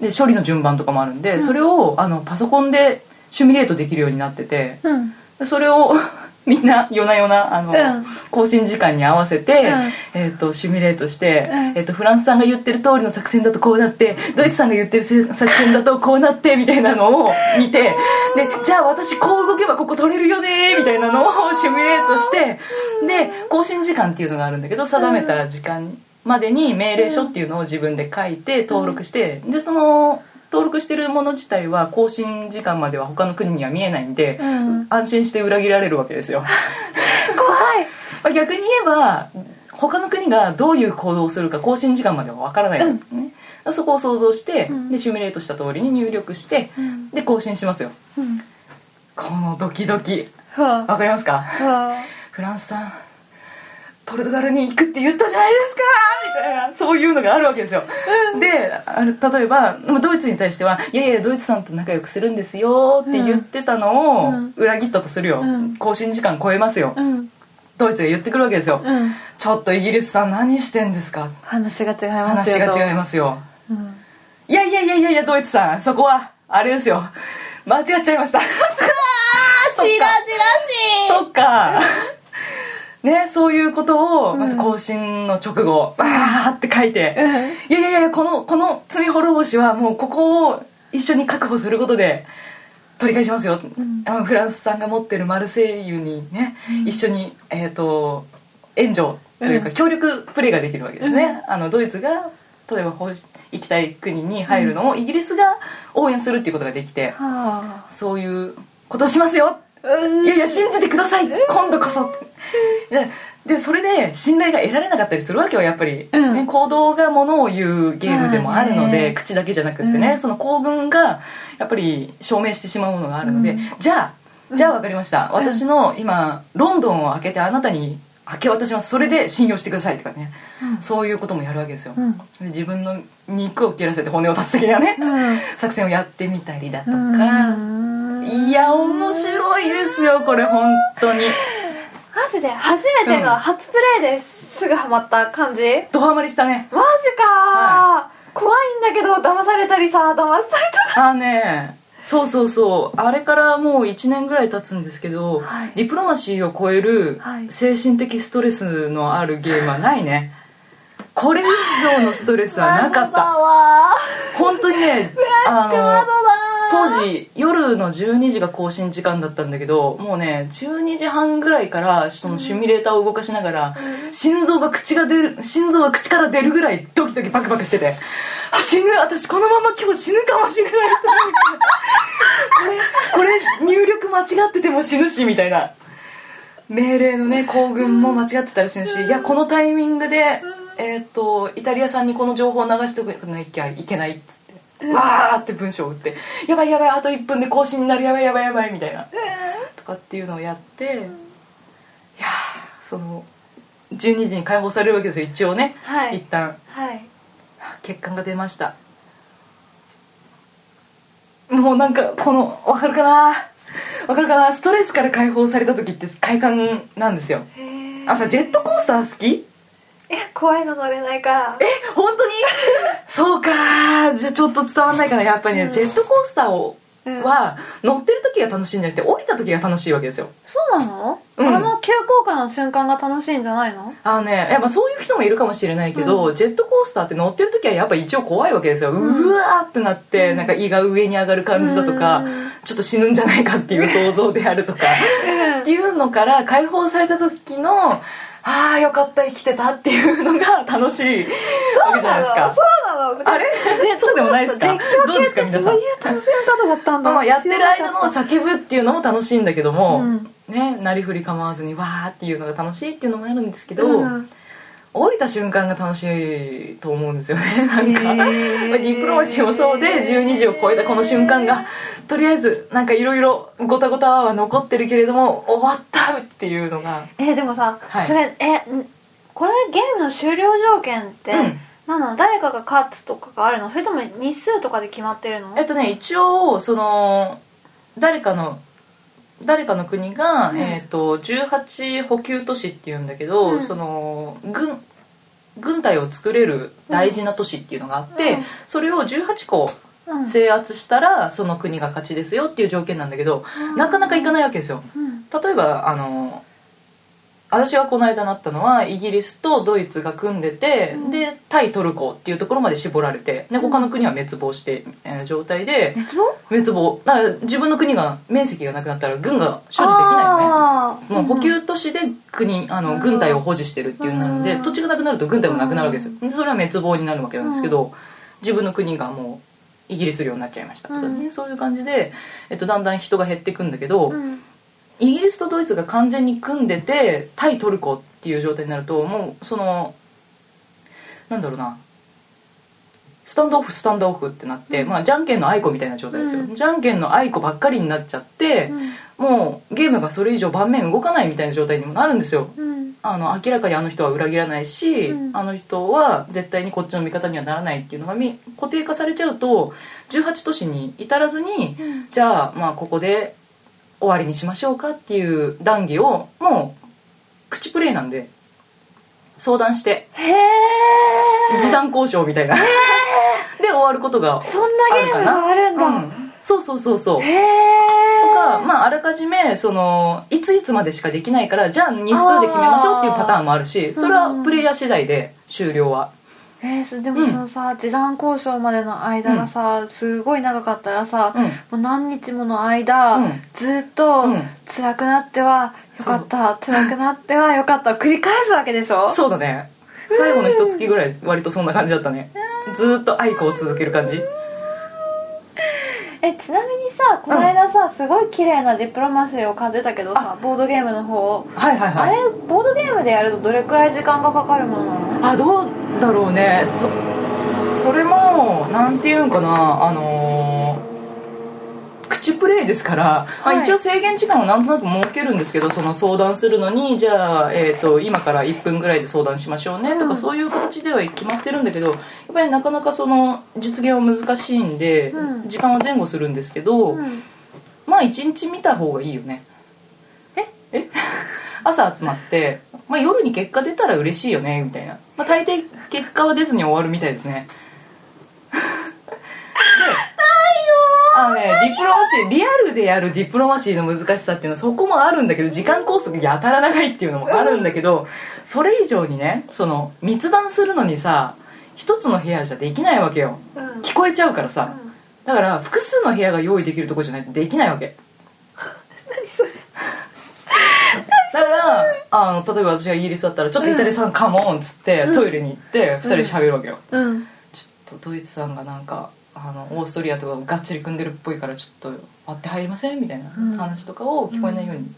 Speaker 1: で処理の順番とかもあるんで、
Speaker 2: うん
Speaker 1: それをあのパソコンでシミュレートできるようになってて
Speaker 2: うん
Speaker 1: でそれをみんな夜な夜なあの、
Speaker 2: うん
Speaker 1: 更新時間に合わせて、
Speaker 2: う
Speaker 1: えー、とシミュレートして、
Speaker 2: うん
Speaker 1: えー、とフランスさんが言ってる通りの作戦だとこうなってドイツさんが言ってるせ作戦だとこうなってみたいなのを見てでじゃあ私こう動けばここ取れるよねみたいなのをシミュレートしてで更新時間っていうのがあるんだけど定めた時間までに命令書っていうのを自分で書いて登録してでその登録してるもの自体は更新時間までは他の国には見えないんで。
Speaker 2: うん
Speaker 1: 安心して裏切られるわけですよ
Speaker 2: 怖い
Speaker 1: まあ逆に言えば他の国がどういう行動をするか更新時間まではわからないんですね、そこを想像して、
Speaker 2: うん
Speaker 1: でシミュレートした通りに入力して
Speaker 2: うん
Speaker 1: で更新しますよ
Speaker 2: うん
Speaker 1: このドキドキ
Speaker 2: は
Speaker 1: わかりますか
Speaker 2: あはあ
Speaker 1: フランスさんポルトガルに行くって言ったじゃないですかみたいなそういうのがあるわけですよ、であの例えばまあドイツに対してはいやいやドイツさんと仲良くするんですよって言ってたのを
Speaker 2: うん
Speaker 1: 裏切ったとするよ、
Speaker 2: うん
Speaker 1: 更新時間超えますよ、
Speaker 2: うん
Speaker 1: ドイツが言ってくるわけですよ、
Speaker 2: うん
Speaker 1: ちょっとイギリスさん何してんですか
Speaker 2: 話が違います
Speaker 1: 話
Speaker 2: よ
Speaker 1: が違い
Speaker 2: ま
Speaker 1: ますよ
Speaker 2: す、うん
Speaker 1: いやいやいやいやいやドイツさんそこはあれですよ間違っちゃい ました
Speaker 2: あしらじらし
Speaker 1: とか ねそういうことをまた更新の直後バーって書いて、
Speaker 2: うん
Speaker 1: いやいやいやこのこの罪滅ぼしはもうここを一緒に確保することで取り返しますよ、
Speaker 2: ん
Speaker 1: あのフランスさんが持ってるマルセイユにね、一緒に、えー、と援助というか
Speaker 2: うん
Speaker 1: 協力プレーができるわけですね、あのドイツが例えばほうし行きたい国に入るのをイギリスが応援するっていうことができて、
Speaker 2: はあ
Speaker 1: そういうことをしますよ
Speaker 2: うん
Speaker 1: いやいや信じてください今度こそででそれで信頼が得られなかったりするわけよやっぱり、
Speaker 2: うん
Speaker 1: ね、行動がものを言うゲームでもあるの
Speaker 2: まあ
Speaker 1: で、
Speaker 2: ね
Speaker 1: 口だけじゃなくってね、
Speaker 2: うん
Speaker 1: その構文がやっぱり証明してしまうものがあるので、
Speaker 2: うん
Speaker 1: じゃあじゃあ分かりました、私の今ロンドンを開けてあなたに明け渡しますそれで信用してくださいとかね、
Speaker 2: うん
Speaker 1: そういうこともやるわけですよ、
Speaker 2: うん
Speaker 1: で自分の肉を切らせて骨を立つ的なね、
Speaker 2: うん
Speaker 1: 作戦をやってみたりだとか、
Speaker 2: うん
Speaker 1: いや面白いですよこれ本当に
Speaker 2: マジで初めて
Speaker 1: うん
Speaker 2: の初プレイです、すぐハマった感じマジ
Speaker 1: ドハマりしたね
Speaker 2: かー、怖いんだけど騙されたりさ騙された
Speaker 1: あーねそうそうそうあれからもう1年ぐらい経つんですけど、
Speaker 2: はい
Speaker 1: ディプロマシーを超える
Speaker 2: はい
Speaker 1: 精神的ストレスのあるゲームはないねこれ以上のストレスはなかっ
Speaker 2: 窓だ
Speaker 1: た
Speaker 2: わ
Speaker 1: 本当にね
Speaker 2: ーブラック
Speaker 1: あ
Speaker 2: 窓
Speaker 1: の
Speaker 2: だー
Speaker 1: 当時夜の12時が更新時間だったんだけどもうね12時半ぐらいからそのシミュレーターを動かしながら、心臓が口が出る心臓が口から出るぐらいドキドキバクバクしてて「あ死ぬ私このまま今日死ぬかもしれない」これこれ入力間違ってても死ぬしみたいな命令のね行軍も間違ってたら死ぬし、いやこのタイミングで、えーっとイタリアさんにこの情報を流しておかなきゃいけないっつって。わーって文章を打って「やばいやばいあと1分で更新になるやばいやばいやばい」みたいなとかっていうのをやっていやーその12時に解放されるわけですよ一応ね、
Speaker 2: はい
Speaker 1: 一旦
Speaker 2: はい
Speaker 1: 血管が出ましたもうなんかこのわかるかなわかるかなストレスから解放された時って快感なんですよ
Speaker 2: へー
Speaker 1: あさジェットコースター好き
Speaker 2: いや怖いの乗れないから
Speaker 1: え本当にそうかじゃあちょっと伝わんないからやっぱりね、
Speaker 2: うん
Speaker 1: ジェットコースターを、
Speaker 2: うん
Speaker 1: は乗ってる時が楽しいんじゃなくて降りた時が楽しいわけですよ
Speaker 2: そうなの、
Speaker 1: うん
Speaker 2: あの急降下の瞬間が楽しいんじゃないの
Speaker 1: あのねやっぱそういう人もいるかもしれないけど、ジェットコースターって乗ってる時はやっぱ一応怖いわけですよ、うんわーってなって、なんか胃が上に上がる感じだとか、
Speaker 2: うん
Speaker 1: ちょっと死ぬんじゃないかっていう想像であるとかっていうのから解放された時のああよかった生きてたっていうのが楽しいわけじゃないですか
Speaker 2: そうなの
Speaker 1: あれ そうでもないですかどうですか皆さん
Speaker 2: そういう楽しみ方だったんだ
Speaker 1: まあ、やってる間の叫ぶっていうのも楽しいんだけども、
Speaker 2: うん
Speaker 1: ねなりふり構わずにわーっていうのが楽しいっていうのもあるんですけど、
Speaker 2: うん
Speaker 1: 降りた瞬間が楽しいと思うんですよねなんか、
Speaker 2: へー
Speaker 1: まあディプロマシーもそうで12時を超えたこの瞬間がとりあえずなんかいろいろごたごたは残ってるけれども終わったっていうのが
Speaker 2: えーでもさ、
Speaker 1: はい
Speaker 2: それえんこれゲームの終了条件って、
Speaker 1: うん
Speaker 2: なんなの誰かが勝つとかがあるのそれとも日数とかで決まってるの
Speaker 1: えっとね一応その誰かの誰かの国が、
Speaker 2: うん
Speaker 1: えっと18補給都市っていうんだけど、
Speaker 2: うん
Speaker 1: その軍軍隊を作れる大事な都市っていうのがあって、
Speaker 2: うん
Speaker 1: それを18個
Speaker 2: うん
Speaker 1: 制圧したらその国が勝ちですよっていう条件なんだけど、
Speaker 2: うん
Speaker 1: なかなかいかないわけですよ。
Speaker 2: うん
Speaker 1: 例えばあの私がこの間なったのはイギリスとドイツが組んでて、
Speaker 2: うん
Speaker 1: で対トルコっていうところまで絞られてで他の国は滅亡して、えー状態で
Speaker 2: 熱望
Speaker 1: 滅亡だから自分の国が面積がなくなったら軍が所持できないよね
Speaker 2: あー
Speaker 1: その補給都市で国あ
Speaker 2: う
Speaker 1: の
Speaker 2: ん
Speaker 1: 軍隊を保持してるっていうので
Speaker 2: うん
Speaker 1: 土地がなくなると軍隊もなくなるわけですよでそれは滅亡になるわけなんですけど自分の国がもうイギリス領になっちゃいましたとか
Speaker 2: う
Speaker 1: ね
Speaker 2: ん
Speaker 1: そういう感じで、えっと、だんだん人が減っていくんだけど、
Speaker 2: うんうん
Speaker 1: イギリスとドイツが完全に組んでて対トルコっていう状態になるともうそのなんだろうなスタンドオフスタンドオフってなって、
Speaker 2: うん
Speaker 1: まあ、じゃんけんの愛子みたいな状態ですよ、
Speaker 2: うん
Speaker 1: じゃんけんの愛子ばっかりになっちゃって、もうゲームがそれ以上盤面動かないみたいな状態にもなるんですよ
Speaker 2: うん
Speaker 1: あの明らかにあの人は裏切らないし、
Speaker 2: うん
Speaker 1: あの人は絶対にこっちの味方にはならないっていうのがみ固定化されちゃうと18都市に至らずに
Speaker 2: うん
Speaker 1: じゃあまあここで終わりにしましょうかっていう談義をもう口プレイなんで相談して
Speaker 2: へえ
Speaker 1: 時短交渉みたいな で終わることが
Speaker 2: そんなゲームがあるんだ、
Speaker 1: うん、そうそうそうそう
Speaker 2: へえ
Speaker 1: とか、まあ、あらかじめそのいついつまでしかできないからじゃあ日数で決めましょうっていうパターンもあるし
Speaker 2: ー
Speaker 1: それはプレイヤー次第で終了は
Speaker 2: えーそでもそのさ、時短交渉までの間がさ、すごい長かったらさ、
Speaker 1: うん
Speaker 2: もう何日もの間、
Speaker 1: うん
Speaker 2: ずっと
Speaker 1: うん
Speaker 2: 辛くなってはよかった辛くなってはよかったを繰り返すわけでしょ
Speaker 1: そうだね最後の一月ぐらい割とそんな感じだったねずーっと愛子を続ける感じ
Speaker 2: えちなみにさこの間さ、すごい綺麗なディプロマシーを買ってたけどさボードゲームの方
Speaker 1: はいはい
Speaker 2: あ
Speaker 1: はい
Speaker 2: れボードゲームでやるとどれくらい時間がかかるものなの
Speaker 1: あどうだろうねそそれもなんていうんかなあのー口プレイですから、
Speaker 2: は
Speaker 1: ま
Speaker 2: い
Speaker 1: あ、一応制限時間をなんとなく設けるんですけどその相談するのにじゃあ、えー、と今から1分ぐらいで相談しましょうねとか、
Speaker 2: うん
Speaker 1: そういう形では決まってるんだけどやっぱりなかなかその実現は難しいんで、
Speaker 2: うん
Speaker 1: 時間は前後するんですけど、
Speaker 2: うん
Speaker 1: まあ1日見た方がいいよね
Speaker 2: え
Speaker 1: え 朝集まって、まあ、夜に結果出たら嬉しいよねみたいな、まあ、大抵結果は出ずに終わるみたいですねでないよあのねディプロマシーリアルでやるディプロマシーの難しさっていうのはそこもあるんだけど時間拘束やたら長いっていうのもあるんだけどそれ以上にねその密談するのにさ一つの部屋じゃできないわけよ
Speaker 2: うん
Speaker 1: 聞こえちゃうからさ、だから複数の部屋が用意できるとこじゃないとできないわけだからあの例えば私がイギリスだったら「ちょっとイタリアさんカモン」っつって、
Speaker 2: うん
Speaker 1: トイレに行って2人で喋るわけよ、
Speaker 2: うん
Speaker 1: ちょっとドイツさんがなんかあのオーストリアとかがっちり組んでるっぽいからちょっと割って入りませんみたいな
Speaker 2: うん
Speaker 1: 話とかを聞こえないように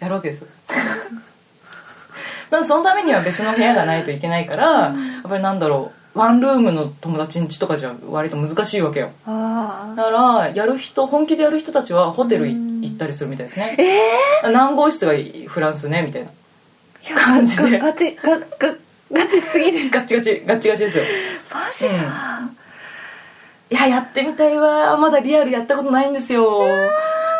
Speaker 1: やるわけ です、だからそのためには別の部屋がないといけないから、
Speaker 2: うん
Speaker 1: やっぱりなんだろうワンルームの友達ん家とかじゃ割と難しいわけよ
Speaker 2: ああ
Speaker 1: だからやる人本気でやる人たちはホテルい
Speaker 2: うん
Speaker 1: 行ったりするみたいですね
Speaker 2: ええ
Speaker 1: 何号室がフランスねみたいな
Speaker 2: ー、
Speaker 1: 感じで
Speaker 2: ガチガガガチすぎる
Speaker 1: ガッチガチガッチガチですよ
Speaker 2: マジだ、
Speaker 1: いややってみたいわまだリアルやったことないんですよだか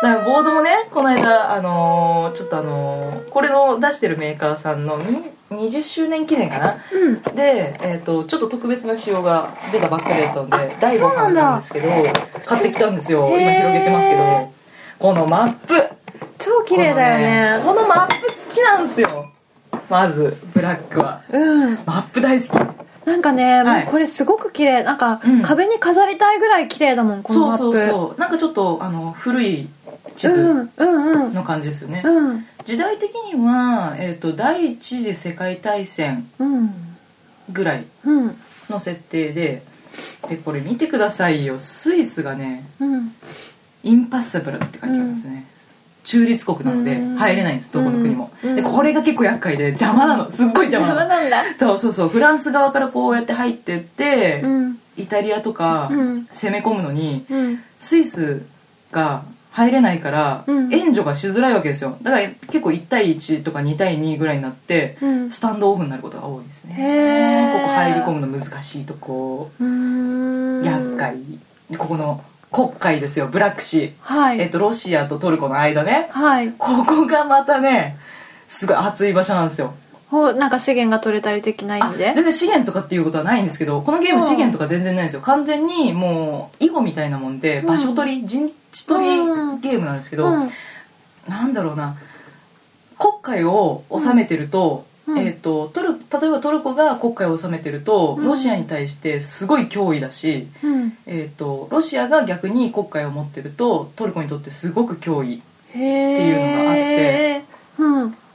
Speaker 1: らボードもねこの間あのーちょっとあのーこれの出してるメーカーさんのに20周年記念かな
Speaker 2: うん
Speaker 1: で、えー、とちょっと特別な仕様が出たばっかりだったので第5
Speaker 2: そうな
Speaker 1: 版
Speaker 2: んだ
Speaker 1: なんですけど買ってきたんですよ
Speaker 2: へー
Speaker 1: 今広げてますけどこのマップ
Speaker 2: 超綺麗だよね
Speaker 1: このマップ好きなんですよまずブラックは
Speaker 2: うん
Speaker 1: マップ大好き
Speaker 2: なんかね、
Speaker 1: はい
Speaker 2: もうこれすごく綺麗なんか、
Speaker 1: うん
Speaker 2: 壁に飾りたいぐらい綺麗だもんこのマップ
Speaker 1: そうそうそうなんかちょっとあの古い地
Speaker 2: う
Speaker 1: 図
Speaker 2: んうんうん
Speaker 1: の感じですよね、
Speaker 2: うん
Speaker 1: 時代的には、えー、と第一次世界大戦
Speaker 2: うん
Speaker 1: ぐらい
Speaker 2: うん
Speaker 1: の設定ででこれ見てくださいよスイスがね
Speaker 2: うん
Speaker 1: インパッサブルって書いてありますね、中立国なので
Speaker 2: うん
Speaker 1: 入れないんですどこの国も、
Speaker 2: うん
Speaker 1: でこれが結構厄介で邪魔なのすっごい邪魔なの
Speaker 2: なんだ
Speaker 1: そうそうそうフランス側からこうやって入ってって、
Speaker 2: うん
Speaker 1: イタリアとか
Speaker 2: うん
Speaker 1: 攻め込むのに
Speaker 2: うん
Speaker 1: スイスが入れないから
Speaker 2: うん
Speaker 1: 援助がしづらいわけですよだから結構1対1とか2対2ぐらいになって
Speaker 2: うん
Speaker 1: スタンドオフになることが多いですね
Speaker 2: へー
Speaker 1: ここ入り込むの難しいとこ
Speaker 2: うーん
Speaker 1: 厄介ここの黒海ですよブラックシ
Speaker 2: は
Speaker 1: ー、
Speaker 2: い、
Speaker 1: えっとロシアとトルコの間ね
Speaker 2: はい
Speaker 1: ここがまたねすごい熱い場所なんですよ
Speaker 2: ほなんか資源が取れたり的な意
Speaker 1: あ
Speaker 2: 味で
Speaker 1: 全然資源とかっていうことはないんですけどこのゲーム資源とか全然ないんですよ完全にもう囲碁みたいなもんで
Speaker 2: うん
Speaker 1: 場所取り陣地取り
Speaker 2: うん
Speaker 1: ゲームなんですけど、
Speaker 2: うん
Speaker 1: なんだろうな海を治めてると,、
Speaker 2: うん
Speaker 1: えー、とトル例えばトルコが国家を治めてると、
Speaker 2: うん
Speaker 1: ロシアに対してすごい脅威だし、
Speaker 2: うん
Speaker 1: えー、とロシアが逆に国家を持ってるとトルコにとってすごく脅威
Speaker 2: へえっていうのがあって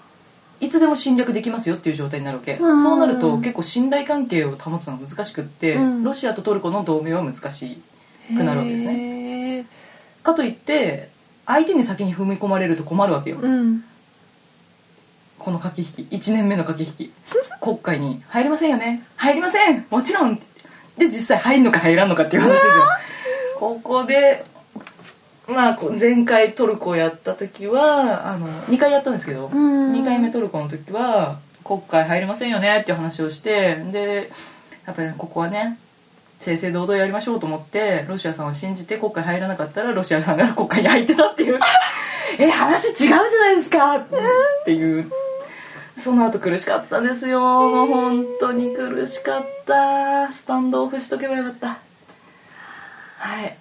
Speaker 1: いつでも侵略できますよっていう状態になるわけ、
Speaker 2: うん
Speaker 1: そうなると結構信頼関係を保つのが難しくって、
Speaker 2: うん
Speaker 1: ロシアとトルコの同盟は難しい
Speaker 2: うん
Speaker 1: くなるわけです
Speaker 2: ね
Speaker 1: かといって相手に先に踏み込まれると困るわけよ、
Speaker 2: うん
Speaker 1: この駆け引き1年目の駆け引き国会に入りませんよね入りませんもちろんで実際入んのか入らんのかっていう話ですよここでまあこう前回トルコやった時はあの2回やったんですけど、
Speaker 2: うん
Speaker 1: 2回目トルコの時は国会入りませんよねっていう話をしてでやっぱりここはね正々堂々やりましょうと思ってロシアさんを信じて国会入らなかったらロシアさんが国会に入ってたっていうえ話違うじゃないですかっていうその後苦しかったんですよもう本当に苦しかったスタンドオフしとけばよかったはいいや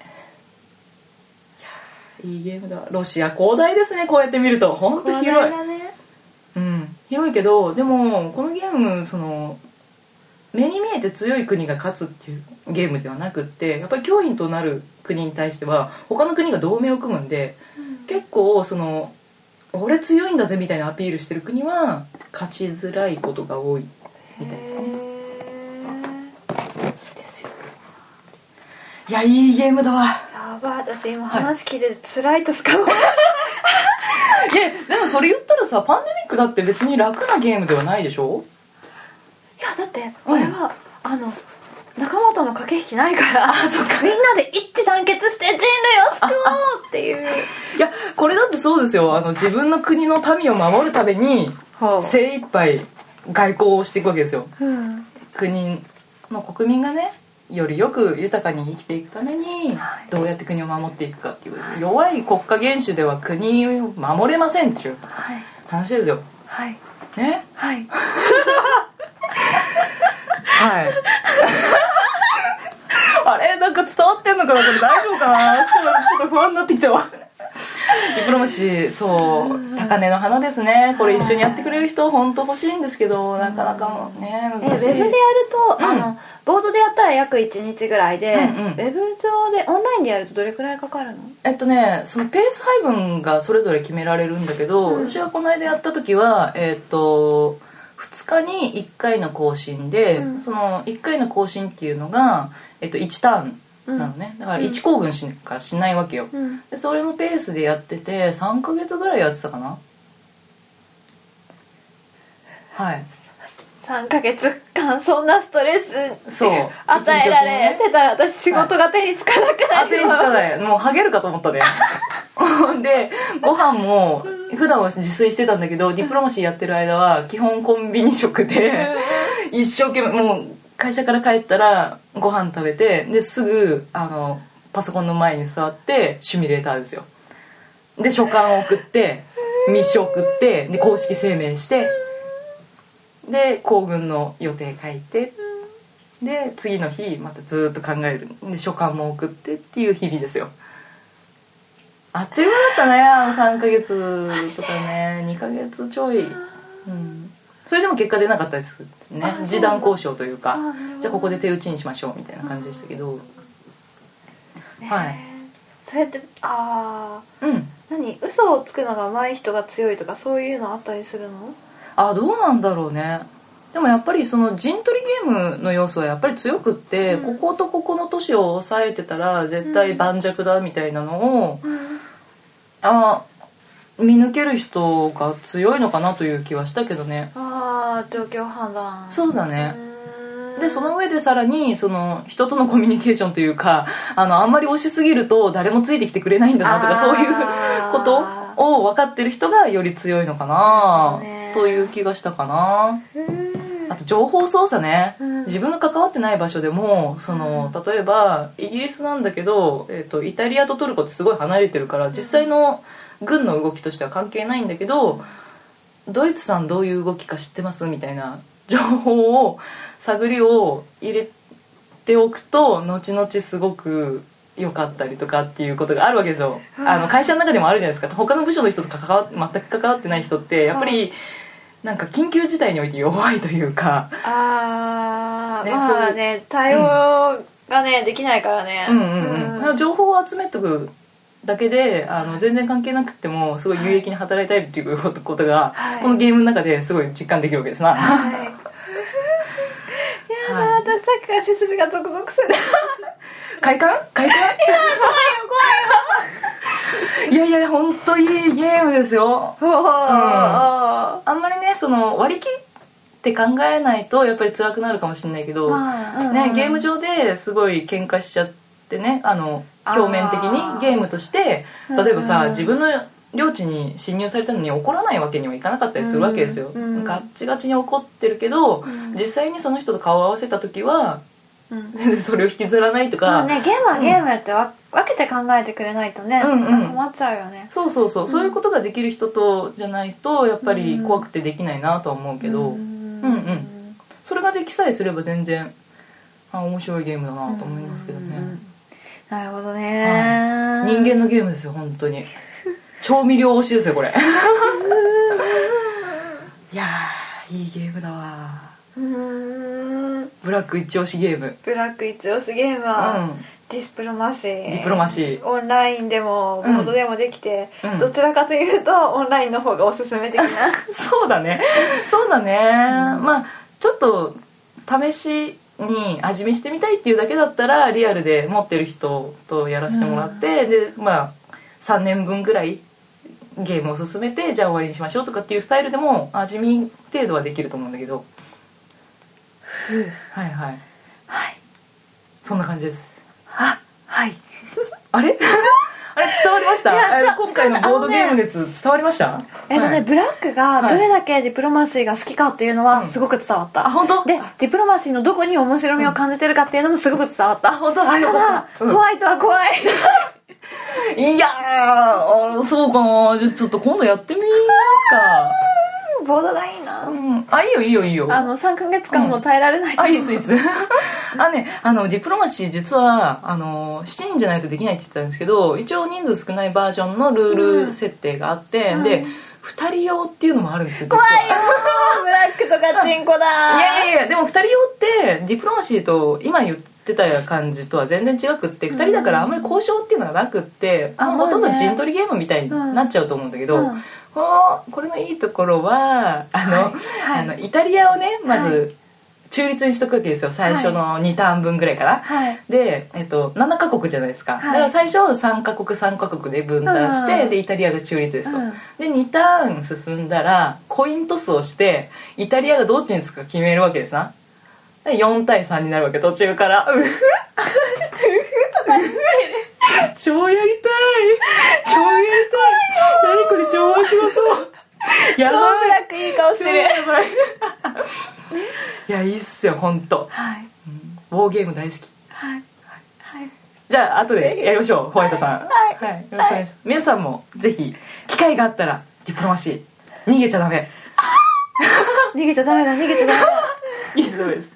Speaker 1: ーいいゲームだわロシア広大ですねこうやって見ると本当広いうん、広いけどでもこのゲームその目に見えて強い国が勝つっていうゲームではなくってやっぱり脅威となる国に対しては他の国が同盟を組むんで結構その俺強いんだぜみたいなアピールしてる国は勝ちづらいことが多いみたいですね
Speaker 2: ね
Speaker 1: ですよいやいいゲームだわ
Speaker 2: やばい私今話聞いてて辛いとしか思わない
Speaker 1: いやでもそれ言ったらさパンデミックだって別に楽なゲームではないでしょ
Speaker 2: いやだって
Speaker 1: うん
Speaker 2: あれは、あの仲間との駆け引きないからみんなで一致団結して人類を救おうっていう
Speaker 1: いやこれだってそうですよあの自分の国の民を守るために
Speaker 2: ほ
Speaker 1: 精一杯外交をしていくわけですよ
Speaker 2: う、うん、
Speaker 1: 国の国民がねよりよく豊かに生きていくために
Speaker 2: はい
Speaker 1: どうやって国を守っていくかっていう弱い国家元首では国を守れませんっていう
Speaker 2: はい
Speaker 1: 話ですよ
Speaker 2: はい
Speaker 1: ね
Speaker 2: はい
Speaker 1: はい あれなんか伝わってんのかなこれ大丈夫かなちょっとちょっと不安になってきたわディプロマシーそう高嶺の花ですねこれ一緒にやってくれる人本当欲しいんですけどなかなかもうね
Speaker 2: えウェ
Speaker 1: 難
Speaker 2: ブ
Speaker 1: しい
Speaker 2: でやると、
Speaker 1: うん
Speaker 2: あのボードでやったら約1日ぐらいで、
Speaker 1: うんうん
Speaker 2: ウェブ上でオンラインでやるとどれくらいかかるの
Speaker 1: えっとねそのペース配分がそれぞれ決められるんだけど、
Speaker 2: うん
Speaker 1: 私はこの間やった時はえっと2日に1回の更新で、
Speaker 2: うん
Speaker 1: その1回の更新っていうのが、えっと、1ターンなのね、だから1行軍しかしないわけよ、
Speaker 2: うん
Speaker 1: でそれのペースでやってて3ヶ月ぐらいやってたかなはい
Speaker 2: 3ヶ月間そんなストレス
Speaker 1: そう
Speaker 2: 与えられてたら私仕事が手につかなくな
Speaker 1: あ
Speaker 2: る
Speaker 1: 手につかないもうハゲるかと思ったね でご飯も普段は自炊してたんだけどディプロマシーやってる間は基本コンビニ食で一生懸命もう会社から帰ったらご飯食べてですぐあのパソコンの前に座ってシミュレーターですよで書簡を送って密書送ってで公式声明してで行軍の予定書いてで次の日またずーっと考えるで書簡も送ってっていう日々ですよあっという間だったねあの3ヶ月とかね2ヶ月ちょい、うん、それでも結果出なかったですね
Speaker 2: あそう
Speaker 1: 示談交渉というか
Speaker 2: あなるほど
Speaker 1: じゃあここで手打ちにしましょうみたいな感じでしたけどはい
Speaker 2: それってああ
Speaker 1: うん
Speaker 2: 何嘘をつくのが上手い人が強いとかそういうのあったりするの
Speaker 1: あどうなんだろうねでもやっぱりその陣取りゲームの要素はやっぱり強くって、
Speaker 2: うん
Speaker 1: こことここの都市を抑えてたら絶対盤石だみたいなのを、あ見抜ける人が強いのかなという気はしたけどね
Speaker 2: ああ状況判断
Speaker 1: そううだね、
Speaker 2: ーん
Speaker 1: でその上でさらにその人とのコミュニケーションというかあのあんまり押しすぎると誰もついてきてくれないんだなとか
Speaker 2: あー
Speaker 1: そういうことを分かってる人がより強いのかな
Speaker 2: そうね
Speaker 1: という気がしたかな
Speaker 2: うーん
Speaker 1: あと情報操作ね、
Speaker 2: うん
Speaker 1: 自分が関わってない場所でもその例えばイギリスなんだけど、えっとイタリアとトルコってすごい離れてるから実際の軍の動きとしては関係ないんだけどドイツさんどういう動きか知ってますみたいな 情報を探りを入れておくと後々すごく良かったりとかっていうことがあるわけですよ、あの会社の中でもあるじゃないですか他の部署の人と関わ全く関わってない人ってやっぱり、なんか緊急事態において弱いというか、
Speaker 2: あー、
Speaker 1: ね
Speaker 2: まあね対応がね、できないからね
Speaker 1: うんうんうん
Speaker 2: うん
Speaker 1: 情報を集めとくだけであの全然関係なくてもすごい有益に働いたりっていうことことが、
Speaker 2: はい
Speaker 1: このゲームの中ですごい実感できるわけですな、
Speaker 2: はいやだ、
Speaker 1: はい
Speaker 2: 私さっきから背筋がゾクゾクする
Speaker 1: 快感快感いやいや本当いいゲームですよ
Speaker 2: おー
Speaker 1: あんまりねその割り切って考えないとやっぱり辛くなるかもしれないけど、
Speaker 2: まあうんうん
Speaker 1: ね、ゲーム上ですごい喧嘩しちゃってねあの
Speaker 2: あー
Speaker 1: 表面的にゲームとして例えば
Speaker 2: うん
Speaker 1: さ、
Speaker 2: うん
Speaker 1: 自分の領地に侵入されたのに怒らないわけにはいかなかったりするわけですよ、
Speaker 2: うんうん
Speaker 1: ガッチガチに怒ってるけど、
Speaker 2: うん
Speaker 1: 実際にその人と顔を合わせた時は
Speaker 2: うん
Speaker 1: 全然それを引きずらないと
Speaker 2: ま
Speaker 1: か、
Speaker 2: あねゲームはゲームやってわ分けて考えてくれないとね、
Speaker 1: うんうん
Speaker 2: なんか困っちゃうよね
Speaker 1: そうそうそう、
Speaker 2: うん
Speaker 1: そういうことができる人とじゃないとやっぱり怖くてできないなとは思うけど、
Speaker 2: う
Speaker 1: うん
Speaker 2: ん
Speaker 1: うんそれができさえすれば全然あ面白いゲームだなと思いますけどね、
Speaker 2: うんなるほどね、
Speaker 1: 人間のゲームですよ本当に調味料推しですよこれ いやーいいゲームだわ
Speaker 2: うん
Speaker 1: ブラック一押しゲーム
Speaker 2: ブラック一押しゲーム
Speaker 1: う
Speaker 2: は、
Speaker 1: ん
Speaker 2: ディスプロマシ
Speaker 1: デ
Speaker 2: ー
Speaker 1: ィプロマシー
Speaker 2: オンラインでも
Speaker 1: うん
Speaker 2: ボードでもできて、
Speaker 1: うん
Speaker 2: どちらかというとオンラインの方がおすすめ 的な
Speaker 1: そうだねそうだね、
Speaker 2: うん
Speaker 1: まあちょっと試しに味見してみたいっていうだけだったらリアルで持ってる人とやらせてもらって、でまあ3年分ぐらいゲームを進めてじゃあ終わりにしましょうとかっていうスタイルでも味見程度はできると思うんだけどはいはい
Speaker 2: はい
Speaker 1: そんな感じです
Speaker 2: あはい
Speaker 1: あれ あれ伝わりまし
Speaker 2: いや
Speaker 1: たあれ
Speaker 2: そう
Speaker 1: 今回の
Speaker 2: そう
Speaker 1: ボードゲーム熱伝わりました
Speaker 2: えっとね、
Speaker 1: はい
Speaker 2: ブラックがどれだけディプロマシーが好きかっていうのは
Speaker 1: うん
Speaker 2: すごく伝わった、
Speaker 1: あ本当
Speaker 2: でディプロマシーのどこに面白みを感じてるかっていうのもすごく伝わった、
Speaker 1: 本当あよ
Speaker 2: た
Speaker 1: か
Speaker 2: だ
Speaker 1: っ、たうん
Speaker 2: ホワイトは怖い
Speaker 1: いやーあそうかなじゃあちょっと今度やってみます
Speaker 2: ボードがいいな、
Speaker 1: か、うん、あいいよいいよいいよ
Speaker 2: あの3ヶ月間も耐えられないと
Speaker 1: あ
Speaker 2: 思う
Speaker 1: いいですいいです あねあのディプロマシー実はあの7人じゃないとできないって言ってたんですけど一応人数少ないバージョンのルール設定があって、
Speaker 2: うんう
Speaker 1: で
Speaker 2: ん
Speaker 1: 2人用っていうのもあるんですよ
Speaker 2: 怖
Speaker 1: 実はい
Speaker 2: よー ブラックとかチンコだー
Speaker 1: いやいやいやでも2人用ってディプロマシーと今言ってた感じとは全然違くって2人だからあんまり交陣っていうのがなくって、
Speaker 2: うん
Speaker 1: もうほとんど
Speaker 2: あまあね
Speaker 1: 陣取りゲームみたいになっちゃうと思うんだけど、
Speaker 2: うん
Speaker 1: このこれのいいところはあの、
Speaker 2: はい
Speaker 1: あのイタリアをねま
Speaker 2: は
Speaker 1: ず中立にしとくわけですよ最初の2ターン分ぐらいかな。
Speaker 2: はい
Speaker 1: で、えっと、7カ国じゃないですか、
Speaker 2: はい
Speaker 1: だから最初3カ国3カ国で分断して、
Speaker 2: うん
Speaker 1: でイタリアが中立ですと、
Speaker 2: うん
Speaker 1: で2ターン進んだらコイントスをしてイタリアがどっちにつくか決めるわけですなで4対3になるわけ途中から うふうふとか言ってる超やりたい超やりたい何これ超面白そうや
Speaker 2: 超
Speaker 1: ば
Speaker 2: ブ
Speaker 1: い
Speaker 2: ラックいい顔し
Speaker 1: 超
Speaker 2: てる
Speaker 1: やばい いやいいっすよ本当。
Speaker 2: はい
Speaker 1: うんウォーゲーム大好き
Speaker 2: はいはい
Speaker 1: じゃあ後でやりましょうホワイトさん
Speaker 2: はい
Speaker 1: はい、よろしくお願いします、皆さんもぜひ機会があったらディプロマシー逃げちゃダメ
Speaker 2: 逃げちゃダメだ逃げちゃダ メだ
Speaker 1: 逃げちゃダメです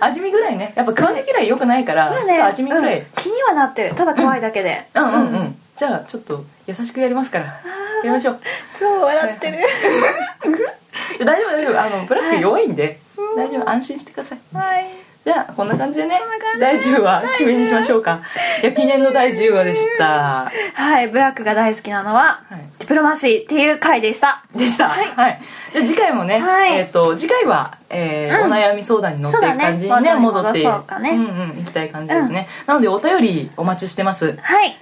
Speaker 1: 味見ぐらいねやっぱ食わず嫌い良くないから、
Speaker 2: まあ
Speaker 1: ちょっ
Speaker 2: ね
Speaker 1: と味見ぐらい、
Speaker 2: うん気にはなってるただ怖いだけで
Speaker 1: うん、うんうんじゃあちょっと優しくやりますからやりましょう
Speaker 2: 超笑ってる
Speaker 1: いや大丈夫大丈夫あのブラッ
Speaker 2: は
Speaker 1: ク
Speaker 2: い
Speaker 1: 弱いんで、大丈夫安心してください
Speaker 2: はい
Speaker 1: じゃあこんな感じでね第10話締めにしましょうかいや記念の第10話でした
Speaker 2: はいブラックが大好きなのは
Speaker 1: はい
Speaker 2: ディプロマシーっていう回でした
Speaker 1: でした。はい。じゃあ次回もね、
Speaker 2: はい
Speaker 1: えっ、と次回は、えー
Speaker 2: うん
Speaker 1: お悩み相談に乗っていく感じに
Speaker 2: そう
Speaker 1: ね
Speaker 2: だね
Speaker 1: 戻って
Speaker 2: 戻そうかね
Speaker 1: うんうん行きたい感じですね。なのでお便りお待ちしてます。
Speaker 2: はい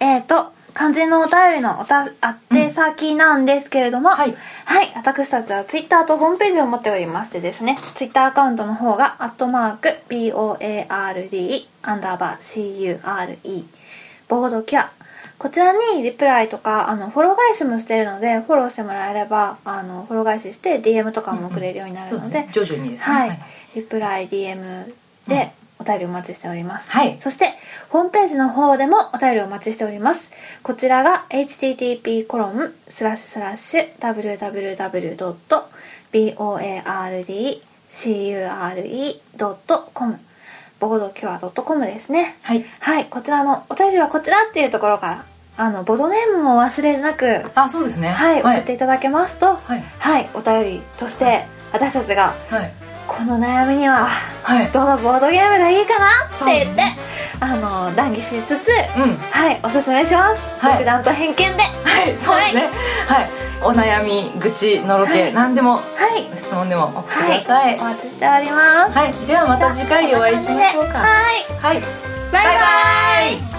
Speaker 2: えーと完全のお便りのおたあって先なんですけれども、
Speaker 1: はい
Speaker 2: はい私たちはツイッターとホームページを持っておりましてですねツイッターアカウントの方が「アットマーク #BOARD アンダーバー CURE ボードキュア」こちらにリプライとかあのフォロー返しもしてるのでフォローしてもらえればあのフォロー返しして DM とかも送れるようになるので,、
Speaker 1: 徐々にですね。
Speaker 2: はい、リプライ DM でお便りお待ちしております、
Speaker 1: はい
Speaker 2: そしてホームページの方でもお便りお待ちしておりますこちらが http コロンスラッシュスラッシュ www.boardcure.com ボードキュア .com ですね
Speaker 1: はい
Speaker 2: はいこちらのお便りはこちらっていうところからあのボードネームも忘れなく
Speaker 1: あそうですね
Speaker 2: はい
Speaker 1: は
Speaker 2: 送
Speaker 1: い
Speaker 2: っていただけますと
Speaker 1: はい
Speaker 2: はいお便りとして私たちが
Speaker 1: はい
Speaker 2: この悩みには
Speaker 1: はい
Speaker 2: どのボードゲームがいいかなって
Speaker 1: そうね
Speaker 2: 言って、あの談義しつつ
Speaker 1: うん
Speaker 2: はいおすすめします
Speaker 1: はい
Speaker 2: 独断と偏見では
Speaker 1: はいそうですねはいお悩み愚痴のろ
Speaker 2: は
Speaker 1: け
Speaker 2: い
Speaker 1: 何でも
Speaker 2: い
Speaker 1: 質問でも送ってく
Speaker 2: は
Speaker 1: ださ
Speaker 2: い、
Speaker 1: い
Speaker 2: お待ちしております
Speaker 1: はいではまた次回お会いしましょう
Speaker 2: じゃあこんな
Speaker 1: か
Speaker 2: 感じではい
Speaker 1: はい
Speaker 2: バイバイ
Speaker 1: バイバイ